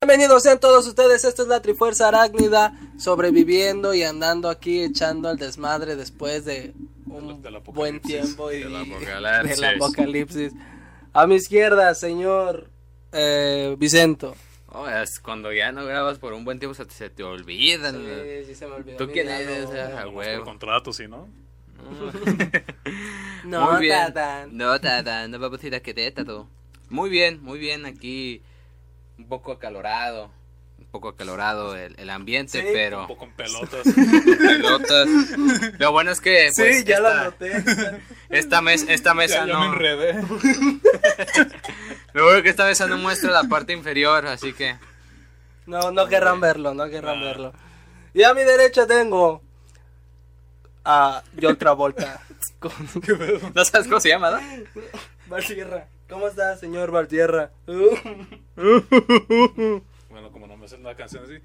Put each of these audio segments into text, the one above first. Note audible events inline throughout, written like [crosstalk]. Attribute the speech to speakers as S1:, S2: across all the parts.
S1: Bienvenidos sean todos ustedes, esto es la Trifuerza Arácnida, sobreviviendo y andando aquí echando al desmadre después de un
S2: Del apocalipsis.
S1: buen tiempo y
S2: Del apocalipsis.
S1: [laughs] del apocalipsis. A mi izquierda, señor eh, Vicento.
S3: Oh, es cuando ya no grabas por un buen tiempo se te, se te olvidan. ¿no?
S1: Sí, sí se me olvidó
S3: ¿Tú
S1: mi
S3: quién
S1: lado.
S3: eres? Ah,
S2: Nomás
S3: huevo.
S2: por contrato, si no.
S1: No,
S3: Muy bien.
S1: tatán.
S3: No, tatán, no vamos a ir a que te tato. Muy bien, muy bien, aquí un poco acalorado, un poco acalorado el, el ambiente,
S1: Sí,
S2: Un
S3: pero
S2: poco en
S3: [laughs]
S2: pelotas.
S3: pelotas. Lo bueno es que
S1: Sí,
S3: pues,
S1: ya la
S3: esta,
S1: noté.
S3: esta, mes- esta mesa
S4: Ya, ya me
S3: no,
S4: enredé.
S3: lo bueno que esta mesa no muestra la parte inferior, así que
S1: No, no querrán verlo, no querrán
S2: Ah.
S1: verlo. Y a mi derecha tengo a John Travolta.
S3: [laughs] no sabes cómo se llama, ¿no?
S1: [laughs] Valtierra. ¿Cómo está, señor Valtierra? Uh.
S2: bueno, como no me hacen la canción así. uh,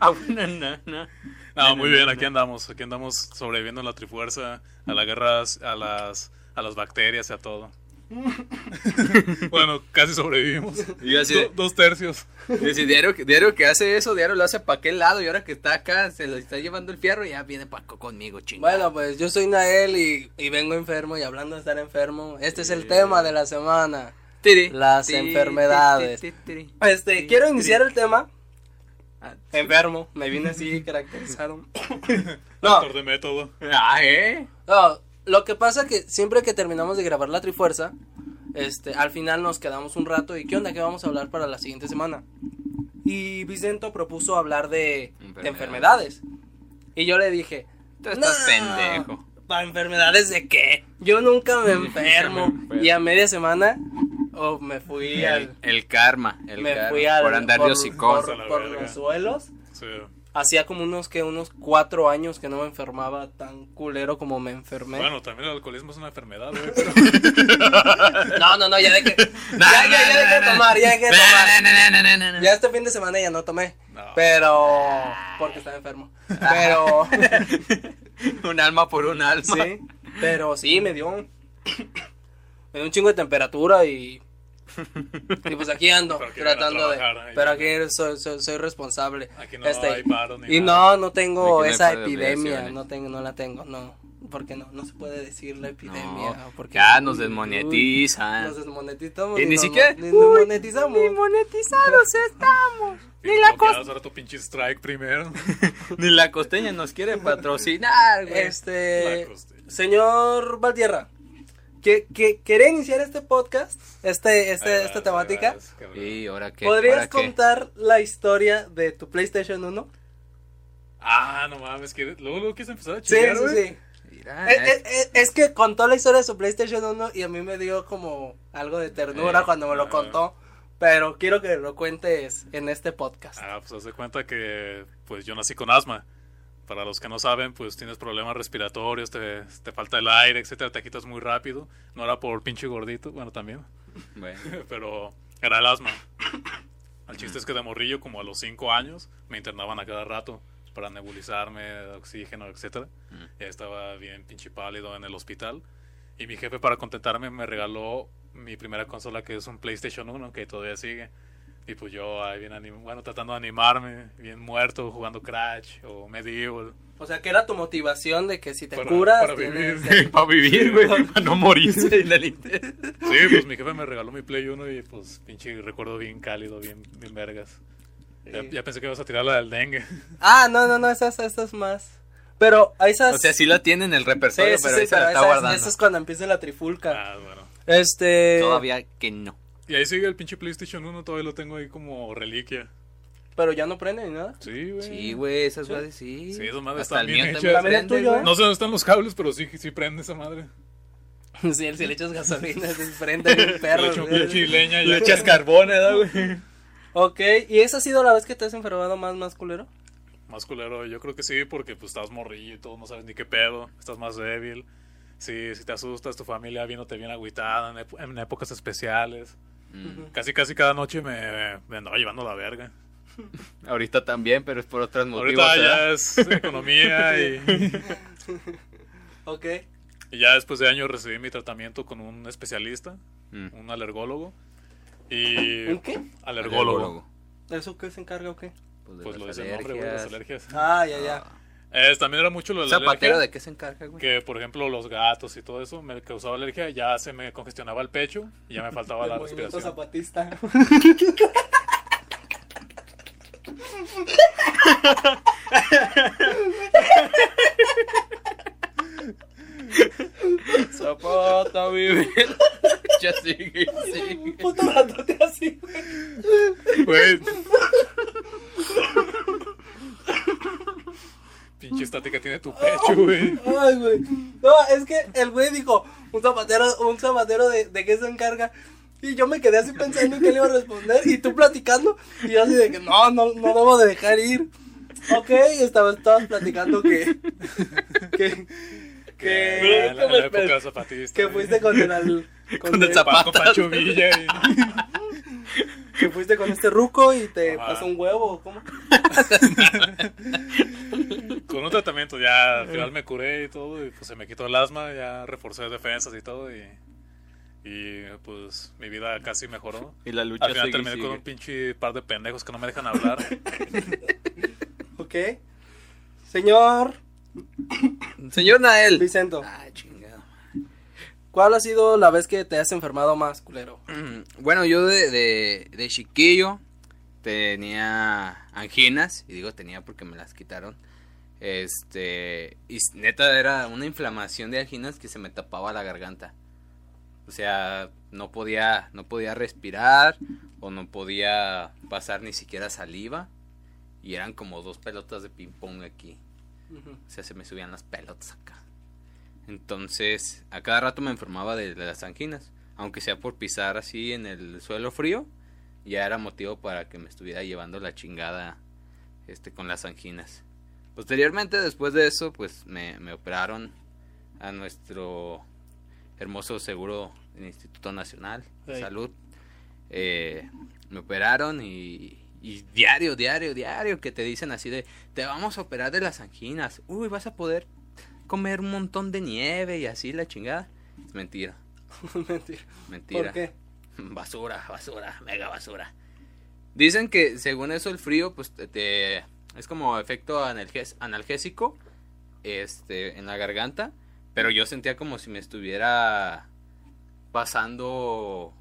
S3: Ah, bueno, no, no.
S2: No, muy bien, aquí andamos. Aquí andamos sobreviviendo a la trifuerza, a las guerras, a las, a las bacterias y a
S3: [laughs]
S2: todo. bueno, casi sobrevivimos.
S3: Y yo así
S2: Do-
S3: de-
S2: dos tercios.
S3: Y si diario, que- diario que hace eso, diario lo hace para aquel lado y ahora que está acá, se lo está llevando el fierro y ya viene Paco conmigo, chingada.
S1: Bueno, pues yo soy Nael y, y vengo enfermo y hablando de estar enfermo, este es el tema de la semana.
S3: Tiri,
S1: las
S3: tiri,
S1: enfermedades.
S3: tiri, tiri, tiri.
S1: Este,
S3: Sí,
S1: quiero
S3: sí.
S1: iniciar el tema.
S3: Ah,
S1: Enfermo, me vine [laughs] así caracterizado. No,
S2: Doctor de método.
S3: Ah, ¿eh?
S1: no, lo que pasa que siempre que terminamos de grabar la Trifuerza, este, al final nos quedamos un rato y ¿qué onda? ¿Qué vamos a hablar para la siguiente semana? Y Vicento propuso hablar de de enfermedades.
S3: Enfermedades.
S1: Y yo le dije,
S3: Tú estás pendejo.
S1: ¿Para enfermedades de qué? Yo nunca me enfermo.
S3: enfermo.
S1: y a media semana oh, me fui
S3: El,
S1: al
S3: el karma, el
S1: me
S3: karma,
S1: fui al
S3: por andar de hocicón.
S1: por-
S2: A la
S1: por
S2: verga.
S1: los suelos.
S2: Sí.
S3: ¿Eh?
S1: Hacía como unos que unos cuatro años que no me enfermaba tan culero como me enfermé.
S2: Bueno, también el alcoholismo es una enfermedad, ¿eh? güey, pero-
S3: [laughs]
S1: No, no, no, ya dejé. ya,
S3: No,
S1: ya,
S3: no,
S1: ya
S3: no,
S1: dejé
S3: no,
S1: de tomar, ya dejé de
S3: no,
S1: tomar.
S3: no, no, no, no, no, no.
S1: Ya este fin de semana ya no tomé.
S2: No.
S1: Pero. Porque estaba enfermo. Pero.
S3: [laughs] Un alma por un alma.
S1: Sí, pero sí, me dio un, [coughs] me dio un chingo de temperatura
S2: [laughs]
S1: y, y pues aquí ando
S2: Pero aquí viene a
S1: tratando de...
S2: trabajar, ahí
S1: Pero aquí
S2: viene.
S1: soy, soy, soy responsable. Este,
S2: Aquí no hay paro ni
S1: Y
S2: nada.
S1: no, no tengo
S3: Aquí no hay
S1: esa
S3: paro de
S1: epidemia,
S3: obligaciones.
S1: no, tengo, no la tengo, no. Porque no, no se puede decir la epidemia.
S3: No,
S1: porque
S3: ya nos
S1: uy,
S3: desmonetizan.
S1: uy, Nos desmonetizamos.
S3: Y ni
S1: nos-
S3: siquiera-
S1: ni
S3: Uy,
S1: nos monetizamos.
S3: monetizados
S1: [laughs]
S3: estamos.
S2: Y la cosa. Ahora tu pinche strike primero.
S3: Ni la costeña nos quiere patrocinar, güey.
S1: Este.
S2: La costilla.
S1: Señor Valtierra, que, que, quería iniciar este podcast, este, este,
S2: Ahí
S1: esta
S2: vas,
S1: temática.
S2: ahí vas, cabrón.
S3: Y ahora qué.
S1: ¿Podrías
S3: ¿Ahora qué?
S1: contar la historia de tu PlayStation 1?
S2: Ah, no mames, que luego, luego quieres empezar a
S1: Sí,
S2: chingar,
S1: sí,
S2: güey.
S1: sí.
S3: Mira,
S1: Es, es- es- es que contó la historia de su PlayStation 1 y a mí me dio como algo de ternura
S3: Eh,
S1: cuando me lo
S2: ah.
S1: contó. Pero quiero que lo cuentes en este podcast.
S2: Ah, pues haz de cuenta que pues yo nací con asma. Para los que no saben, pues tienes problemas respiratorios, te, te falta el aire, etcétera, te quitas muy rápido. No era por pinche gordito, bueno, también,
S3: eh, Bueno.
S2: [laughs] pero era el asma. El chiste es que de morrillo, como a los 5 años, me internaban a cada rato para nebulizarme, oxígeno, etcétera.
S3: Mm.
S2: Ya estaba bien pinche pálido en el hospital. Y mi jefe, para contentarme, me regaló mi primera consola, que es un PlayStation 1, que todavía sigue. Y pues yo ahí bien anim- bueno, tratando de animarme, bien muerto, jugando Crash o Medieval.
S1: O sea, que era tu motivación de que si te
S2: Para-
S1: curas.
S2: para vivir.
S1: tienes-
S3: Para vivir, güey. Para no morirse en el intento.
S2: Sí, pues mi jefe me regaló mi Play 1 y pues pinche recuerdo bien cálido, bien, bien vergas. Ya,
S1: Sí.
S2: ya pensé que ibas a tirarla del dengue.
S1: [laughs] Ah, no, no, no, esas, esas más. Pero a esas.
S3: O sea, sí la tiene en el
S1: Sí,
S3: repertorio,
S1: sí,
S3: pero
S1: sí,
S3: ahí se la
S1: pero
S3: está
S1: esa-
S3: guardando.
S1: esa es cuando empieza la trifulca.
S2: Ah, bueno.
S1: Este.
S3: Todavía que no.
S2: Y ahí sigue el pinche PlayStation 1, todavía lo tengo ahí como reliquia.
S1: Pero ya no prende ni [laughs] nada.
S2: Sí, güey.
S3: Sí, güey, esas cosas sí.
S2: Sí, esas madres
S3: Hasta
S2: están
S3: el
S2: bien
S3: mío
S2: hechas.
S3: también
S1: También el
S3: prende,
S1: tuyo,
S3: güey.
S1: ¿eh?
S2: No sé dónde están los cables, pero sí, sí prende esa madre.
S1: Si, si le echas gasolina, se prende [laughs] bien perro.
S2: Le echo
S1: güey.
S2: pinche leña y
S3: Le echas carbón, ¿eh, güey?
S1: Ok, ¿y esa ha sido la vez que te has enfermado más, más culero?
S2: Más culero, yo creo que sí, porque pues estás morrillito, no sabes ni qué pedo, estás más débil. Sí, si te asustas, tu familia viéndote bien agüitada en, ep- en épocas especiales.
S3: Mm,
S2: Casi, casi cada noche me, me andaba llevando la verga.
S3: Ahorita también, pero es por otros motivos.
S2: Ahorita
S3: ¿verdad?
S2: ya es economía y,
S1: Ok.
S2: y ya después de años recibí mi tratamiento con un especialista,
S3: Mm.
S2: un alergólogo. Y fui
S1: ¿Un qué?
S2: alergólogo.
S1: ¿Eso qué se encarga o qué?
S2: Pues lo dice el nombre, güey, las alergias.
S1: Ah, ya, ya.
S2: Eh, también era mucho lo de la
S3: Zapatero,
S2: alergia.
S3: ¿de qué se encarga, güey?
S2: Que, por ejemplo, los gatos y todo eso me causaba alergia. Ya se me congestionaba el pecho y ya me faltaba
S1: El
S2: la
S1: movimiento
S2: respiración.
S1: [laughs] zapatista.
S3: Zapata, vive. [laughs] ya sigue, sigue.
S1: Puto ratote así. [laughs]
S2: Güey. Pinche estática tiene tu pecho, güey.
S1: Ay, güey. No, es que el güey dijo, un zapatero, un zapatero de, de qué se encarga. Y yo me quedé así pensando en qué le iba a responder. Y tú platicando. Y yo así de que no, no, no debo de dejar ir. Ok, estaba, estabas platicando que. [laughs] que.
S2: Que
S1: que.
S2: en la, en la época zapatista.
S1: que
S2: güey.
S1: fuiste con el. Con,
S3: Con el
S1: el-
S3: zap-
S2: Pa- con Pancho Villa. y-
S1: que fuiste con este ruco y te
S2: Ajá.
S1: pasó un huevo. ¿Cómo?
S2: Con un tratamiento ya al final me curé y todo, y pues se me quitó el asma, ya reforcé defensas y todo, y, y pues mi vida casi mejoró.
S3: Y la lucha
S2: Al final
S3: sigue,
S2: terminé con un pinche par de pendejos que no me dejan
S3: [laughs]
S2: hablar.
S1: Ok. Señor
S3: sigue. Señor Nael.
S1: Vicento,
S3: Ah, chingado.
S1: ¿cuál ha sido la vez que te has enfermado más, culero? [laughs]
S3: Mm, Bueno, yo de, de, de chiquillo tenía anginas, y digo tenía porque me las quitaron. Este, y s- neta era una inflamación de anginas que se me tapaba la garganta. O sea, no podía, no podía respirar o no podía pasar ni siquiera saliva. Y eran como dos pelotas de ping pong aquí.
S1: Ujú.
S3: O sea, se me subían las pelotas acá. Entonces, a cada rato me enfermaba de, de las anginas. Aunque sea por pisar así en el suelo frío, ya era motivo para que me estuviera llevando la chingada este, con las anginas. Posteriormente, después de eso, pues me, me operaron a nuestro hermoso seguro del Instituto Nacional de
S1: Ey.
S3: Salud. Eh, me operaron y, y diario, diario, diario que te dicen así de, te vamos a operar de las anginas. Uy, vas a poder comer un montón de nieve y así la chingada. Es mentira,
S1: Mentira.
S3: mentira.
S1: ¿Por qué?
S3: [laughs] Basura, basura, mega basura. Dicen que según eso el frío, pues te, te- es como efecto analges- analgésico este, en la garganta. Pero yo sentía como si me estuviera pasando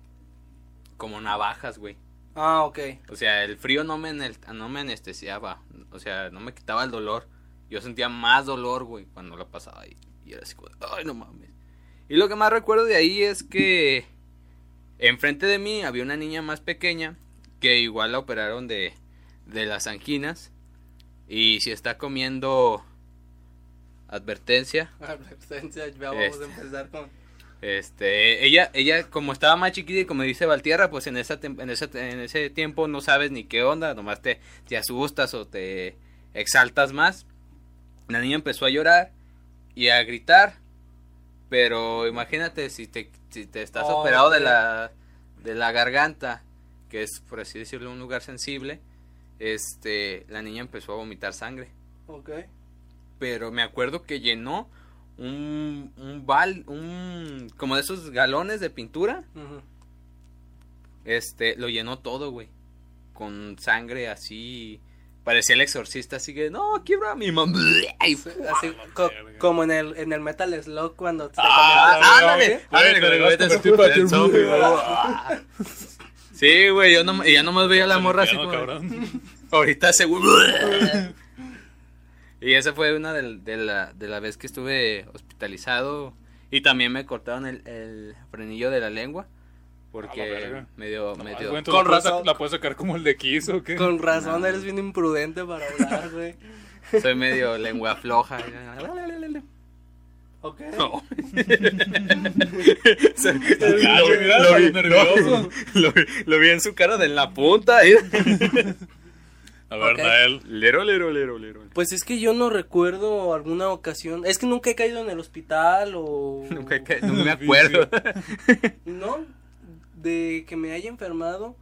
S3: como navajas, güey.
S1: Ah, ok. [laughs]
S3: O sea, el frío no me, anel- no me anestesiaba. O sea, no me quitaba el dolor. Yo sentía más dolor, güey, cuando la pasaba ahí. Y era así como, ay, no mames. Y lo que más recuerdo de ahí es que enfrente de mí había una niña más pequeña que igual la operaron de, de las anginas. Y si está comiendo advertencia,
S1: Advertencia, ya vamos
S3: Este.
S1: a empezar con.
S3: este, ella, ella como estaba más chiquita y como dice Valtierra, pues en esa, tem- en esa, en ese tiempo no sabes ni qué onda, nomás te, te asustas o te exaltas más. La niña empezó a llorar y a gritar, pero imagínate si te, si te estás
S1: Oh,
S3: operado de
S1: ok.
S3: la, de la garganta, que es por así decirlo un lugar sensible, este, la niña empezó a vomitar sangre
S1: Ok.
S3: pero me acuerdo que llenó un, un bal, un, como de esos galones de pintura,
S1: Ujú.
S3: este, lo llenó todo, güey, con sangre así, parecía el exorcista, así que, no, quiebra mi mamá, y
S1: Sí, Así
S2: la
S1: co-
S2: verga.
S1: como en el, en el Metal Slug cuando se
S2: Ah,
S1: convierte-
S2: la
S3: ándale,
S2: verga.
S3: ándale,
S2: Güey, este te
S3: güey,
S2: dejaste
S3: vete a
S2: convertir para
S3: su-
S2: el
S3: zombie,
S2: zombie,
S3: güey. Sí, güey, yo, no, ya nomás veía a la morra así
S2: Cristiano,
S3: como,
S2: Pues,
S3: "Mm,
S2: cabrón.
S3: ahorita seguro. [laughs] y esa fue una del- de, la, de la vez que estuve hospitalizado y también me cortaron el, el frenillo de la lengua
S2: A Ah, la
S3: porque
S2: verga.
S3: me dio,
S2: No,
S3: me
S2: más,
S3: dio-
S2: güey, entonces
S1: Con
S2: la puedes
S1: razón.
S2: sac- ¿La puedes sacar como el de Kiss o qué?
S1: Con razón eres bien imprudente para hablar, güey.
S3: soy medio
S2: [laughs]
S3: lengua floja.
S1: Ok.
S3: [laughs] No.
S2: Ya, güey, mira,
S3: lo, vi,
S2: estás nervioso.
S3: lo vi- lo vi en su cara de en la punta. eh.
S2: A ver,
S1: Ok.
S2: Nael.
S3: Lero, lero, lero, lero.
S1: Pues es que yo no recuerdo alguna ocasión. Es que nunca he caído en el hospital o.
S3: [laughs] Nunca, ca- no me acuerdo.
S1: No. De que me haya enfermado.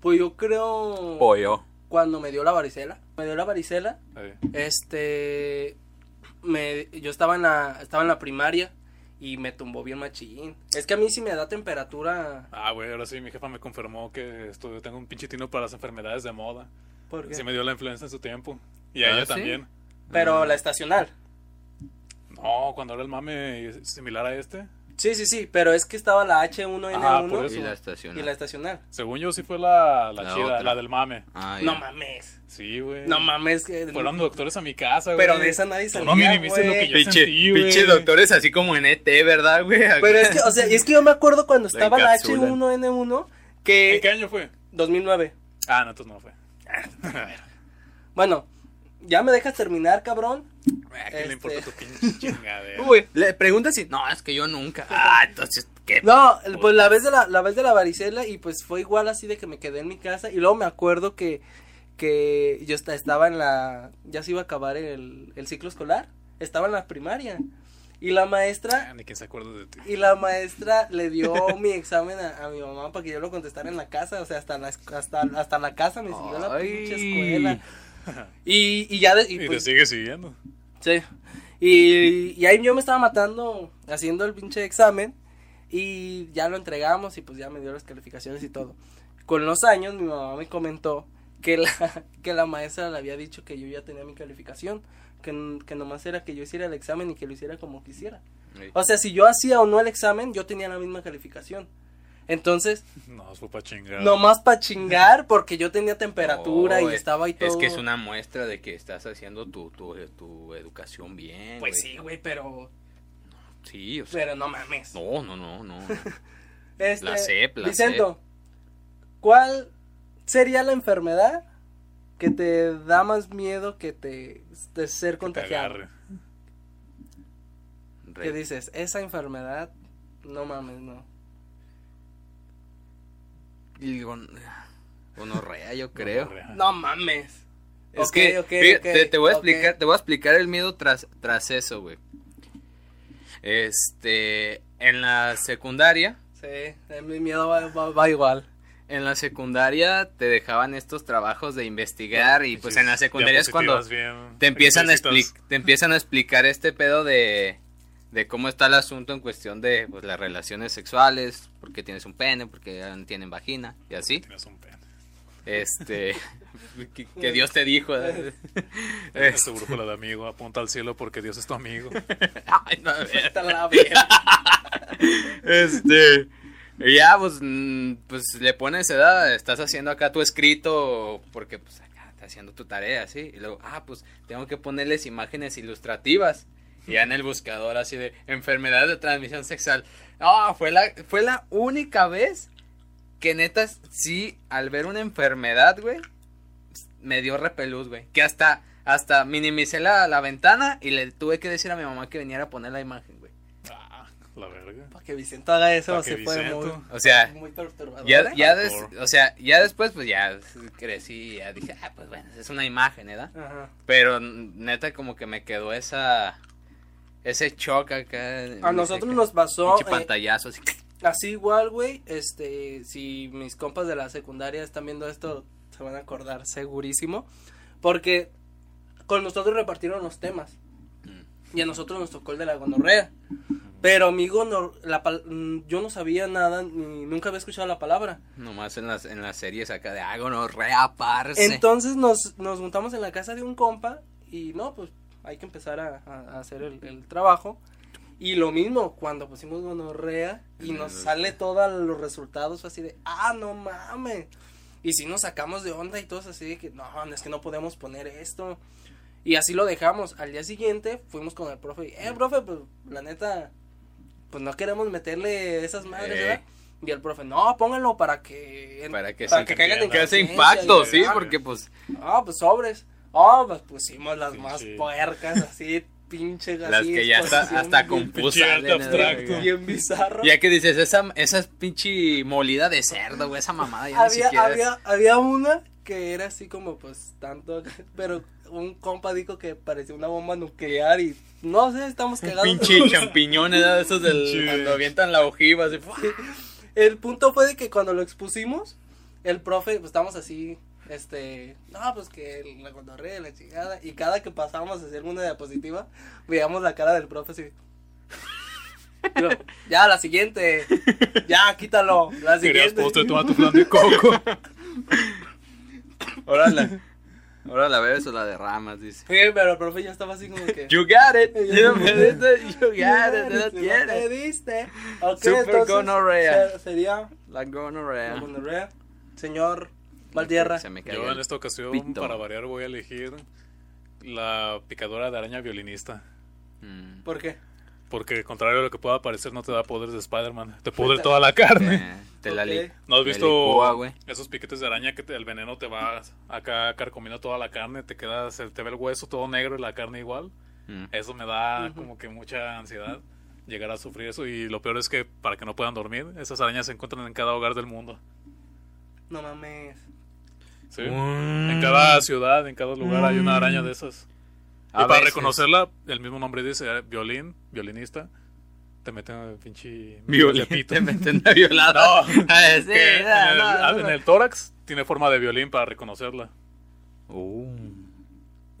S1: Pues yo creo.
S3: Pollo.
S1: Cuando me dio la varicela. Me dio la varicela.
S2: Ahí.
S1: Este. Me, yo estaba en, la, estaba en la primaria. y me tumbó bien machillín. Es que a mí si me da temperatura...
S2: Ah, güey, ahora sí, mi jefa me confirmó que estoy, tengo un pinche tino para las enfermedades de moda.
S1: porque
S2: Sí me dio la influenza en su tiempo. Y a
S3: Ah,
S2: ella
S3: ¿sí?
S2: también.
S1: Pero la estacional.
S2: No, cuando era el mame similar a este.
S1: Sí, sí, sí, pero es que estaba la H1N1
S2: Ah, por
S3: Y
S2: eso.
S3: la estación.
S1: y la estacional.
S2: Según yo sí fue la, la
S3: La
S2: chida,
S3: otra.
S2: la del mame.
S3: Ah, ya.
S1: No mames.
S2: Sí, güey.
S1: No mames. que-
S2: Fueron doctores a mi casa, güey.
S1: Pero de esa nadie
S2: Tú
S1: sabía,
S2: no minimices lo
S1: güey.
S2: que yo
S3: Pinche,
S2: sentí, güey.
S3: pinche doctores así como en ET, ¿verdad, güey?
S1: Pero es que, o sea, es que yo me acuerdo cuando
S3: La
S1: estaba la
S3: encapsulan.
S1: H1N1
S2: ¿En qué
S1: que...
S2: año fue?
S1: 2009.
S2: Ah, no, entonces no fue.
S1: Bueno, ¿ya me dejas terminar, cabrón?
S2: Ah, ¿A quién
S1: Este.
S2: le importa tu pinche [laughs] chingadera?
S3: Güey, le preguntas si... No, es que yo nunca. [laughs] Ah, entonces, ¿qué?
S1: No, el- pues la vez de la, la vez de la varicela y pues fue igual así de que me quedé en mi casa y luego me acuerdo que, que yo esta- estaba en la, ya se iba a acabar el, el ciclo escolar, estaba en la primaria y la
S2: Ah,
S1: maestra,
S2: Ni quien se acuerda de ti.
S1: y la maestra le dio mi examen a, a mi mamá para que yo lo contestara en la casa, o sea, hasta la, esc- hasta, hasta la casa me siguió la
S3: Ay.
S1: pinche escuela. Y, y ya de, y
S2: Y te
S1: pues,
S2: sigue siguiendo.
S1: Sí. Y, y ahí yo me estaba matando haciendo el pinche examen y ya lo entregamos y pues ya me dio las calificaciones y todo. Con los años mi mamá me comentó que la, [laughs] que la maestra le había dicho que yo ya tenía mi calificación, que, n- que nomás era que yo hiciera el examen y que lo hiciera como quisiera. O sea, si yo hacía o no el examen, yo tenía la misma calificación. Entonces,
S2: No, fue pa' chingar.
S1: nomás para chingar, porque yo tenía temperatura
S3: No,
S1: y
S3: es-
S1: estaba ahí todo.
S3: Es que es una muestra de que estás haciendo tu, tu, tu educación bien.
S1: Pues sí, güey, pero,
S3: Sí, o sea.
S1: pero no mames.
S3: No, no, no,
S1: [laughs]
S3: no.
S1: Este,
S3: La CEP, la
S1: Vicento, ¿cuál sería la enfermedad que te da más miedo que te de ser
S2: Te
S1: contagiado?
S2: agarre.
S1: Que
S3: Re-
S1: dices, esa enfermedad, no mames, no.
S3: y gon- Gonorrea, yo creo.
S2: Gonorrea.
S1: No mames.
S3: Es
S1: Ok,
S3: que
S1: ok,
S3: fíjate,
S1: ok,
S3: te, te voy a
S1: ok.
S3: explicar, te voy a explicar el miedo tras, tras eso, güey. Este, en la secundaria,
S1: Sí, eh, mi miedo va, va- va
S3: [laughs]
S1: igual.
S3: en la secundaria te dejaban estos trabajos de investigar y pues en la secundaria es cuando
S2: Diapositivas bien
S3: te empiezan a
S2: explícitas.
S3: expli- te empiezan a explicar este pedo de de cómo está el asunto en cuestión de pues, las relaciones sexuales, porque tienes un pene, porque tienen vagina y así.
S2: Tienes un pene.
S3: Este [laughs] que, que Dios te dijo. ¿eh?
S2: Tienes tu brújula Este de amigo. Apunta al cielo porque Dios es tu amigo.
S3: [laughs] Ay, no, a ver.
S1: Está la verga.
S3: Este. y Ya, pues, mm, pues le pones edad, estás haciendo acá tu escrito, porque pues acá estás haciendo tu tarea, ¿sí? Y luego, ah, pues tengo que ponerles imágenes ilustrativas. Y ya en el buscador así de enfermedad de transmisión sexual. Ah, fue la, fue la única vez que neta, sí, al ver una enfermedad, güey, me dio repelús, güey. Que hasta, hasta minimicé la, la ventana y le tuve que decir a mi mamá que viniera a poner la imagen, güey.
S2: Ah, la verga.
S1: Para que Vicento haga eso,
S2: Pa' que
S1: se fue
S2: Vicento.
S1: muy,
S3: O sea,
S1: muy perturbador.
S3: Ya,
S1: ¿eh?
S3: ya des-
S2: Hardcore.
S3: o sea, ya después, pues ya crecí, ya dije, ah, pues bueno, es una imagen, ¿verdad?
S1: Ajá.
S3: Pero n- neta, como que me quedó esa. Ese shock acá.
S1: A nosotros nos pasó
S3: Pinche
S1: eh,
S3: pantallazo, así. [laughs]
S1: Así igual, güey, este, si mis compas de la secundaria están viendo esto, se van a acordar segurísimo, porque con nosotros repartieron los temas y a nosotros nos tocó el de la gonorrea, pero mi gonor, la pal- mm, yo no sabía nada, ni, nunca había escuchado la palabra,
S3: Nomás en las, en las series acá de "Ah, hago no reaparse.
S1: entonces nos, nos juntamos en la casa de un compa y no, pues hay que empezar a, a- a hacer el, el trabajo. Y lo mismo, cuando pusimos gonorrea y nos sale todos los resultados fue así de, ah, no mames. Y si nos sacamos de onda y todos así de que, no, es que no podemos poner esto. Y así lo dejamos. Al día siguiente fuimos con el profe y,
S3: Mm.
S1: eh, profe, pues la neta, pues no queremos meterle esas madres,
S3: Eh.
S1: ¿verdad? Y el profe, no, pónganlo para que...
S3: Para que se-
S1: caigan en
S3: que hace
S1: conciencia",
S3: impacto,
S1: y-
S3: sí,
S1: ah,
S3: porque pues.
S1: Ah, pues sobres. Ah, pues pusimos las
S2: Sí,
S1: más
S2: sí.
S1: puercas, así, pinches
S3: Las que ya hasta,
S2: Pinche
S3: hasta compuso.
S2: arte abstracto.
S1: Bien bizarro.
S3: Ya que dices, esa, esa pinche molida de cerdo, güey, esa mamada ya ni
S1: había,
S3: siquiera. es-
S1: había, había una que era así como, pues, tanto. [laughs] Pero un compa dijo que parecía una bomba nuclear y no sé, estamos cagados.
S3: Pinche champiñón, era de esos del
S2: Pinche.
S3: cuando avientan la ojiva, así. ¡fua!
S1: El punto fue de que cuando lo expusimos, el profe, pues, estábamos así. Este, no, pues que la gonorrea, la chingada. Y cada que pasábamos a hacer una diapositiva, veíamos la cara del profe así. Yo, ya, la siguiente. Ya, quítalo. La
S2: Querías
S1: siguiente.
S2: postre de tomate flan de coco.
S3: Ahora la, ahora la bebes o la derramas, dice.
S1: Sí, pero el profe ya estaba así como que.
S3: You got [laughs] it. You got it. You got it.
S1: "No
S3: La
S1: te
S3: tienes.
S1: diste. Ok,
S3: Super
S1: entonces,
S3: gonorrea.
S1: se- Sería la
S3: La gonorrea.
S1: gonorrea. Señor Valtierra.
S3: Se me
S2: Yo
S3: cayó.
S2: en esta ocasión,
S3: pito.
S2: para variar, voy a elegir la picadora de araña violinista.
S3: Mm.
S1: ¿Por qué?
S2: Porque, contrario a lo que pueda parecer, no te da poderes de Spider-Man. Te pudre toda la carne.
S3: Eh, Te la li.
S1: Ok.
S2: ¿No has
S3: Me
S2: visto
S3: licúa, güey.
S2: esos piquetes de araña que te- el veneno te va acá carcomiendo toda la carne? Te queda, se te ve el hueso todo negro y la carne igual.
S3: Mm.
S2: Eso me da
S1: Ujú.
S2: como que mucha ansiedad llegar a sufrir eso. Y lo peor es que para que no puedan dormir, esas arañas se encuentran en cada hogar del mundo.
S1: No mames.
S2: ¿sí? En
S3: Mm.
S2: cada ciudad, en cada lugar hay una araña de esas. Y
S3: A
S2: para
S3: veces.
S2: reconocerla, el mismo nombre dice eh, violín, violinista. Te meten el pinche
S3: Violeta.
S2: cepito.
S3: [laughs] Te meten una violada.
S2: No,
S3: Sí,
S2: [laughs] Que en, el,
S3: Ah,
S2: ah,
S3: no, no,
S2: en
S3: no.
S2: el tórax tiene forma de violín para reconocerla.
S3: Uh.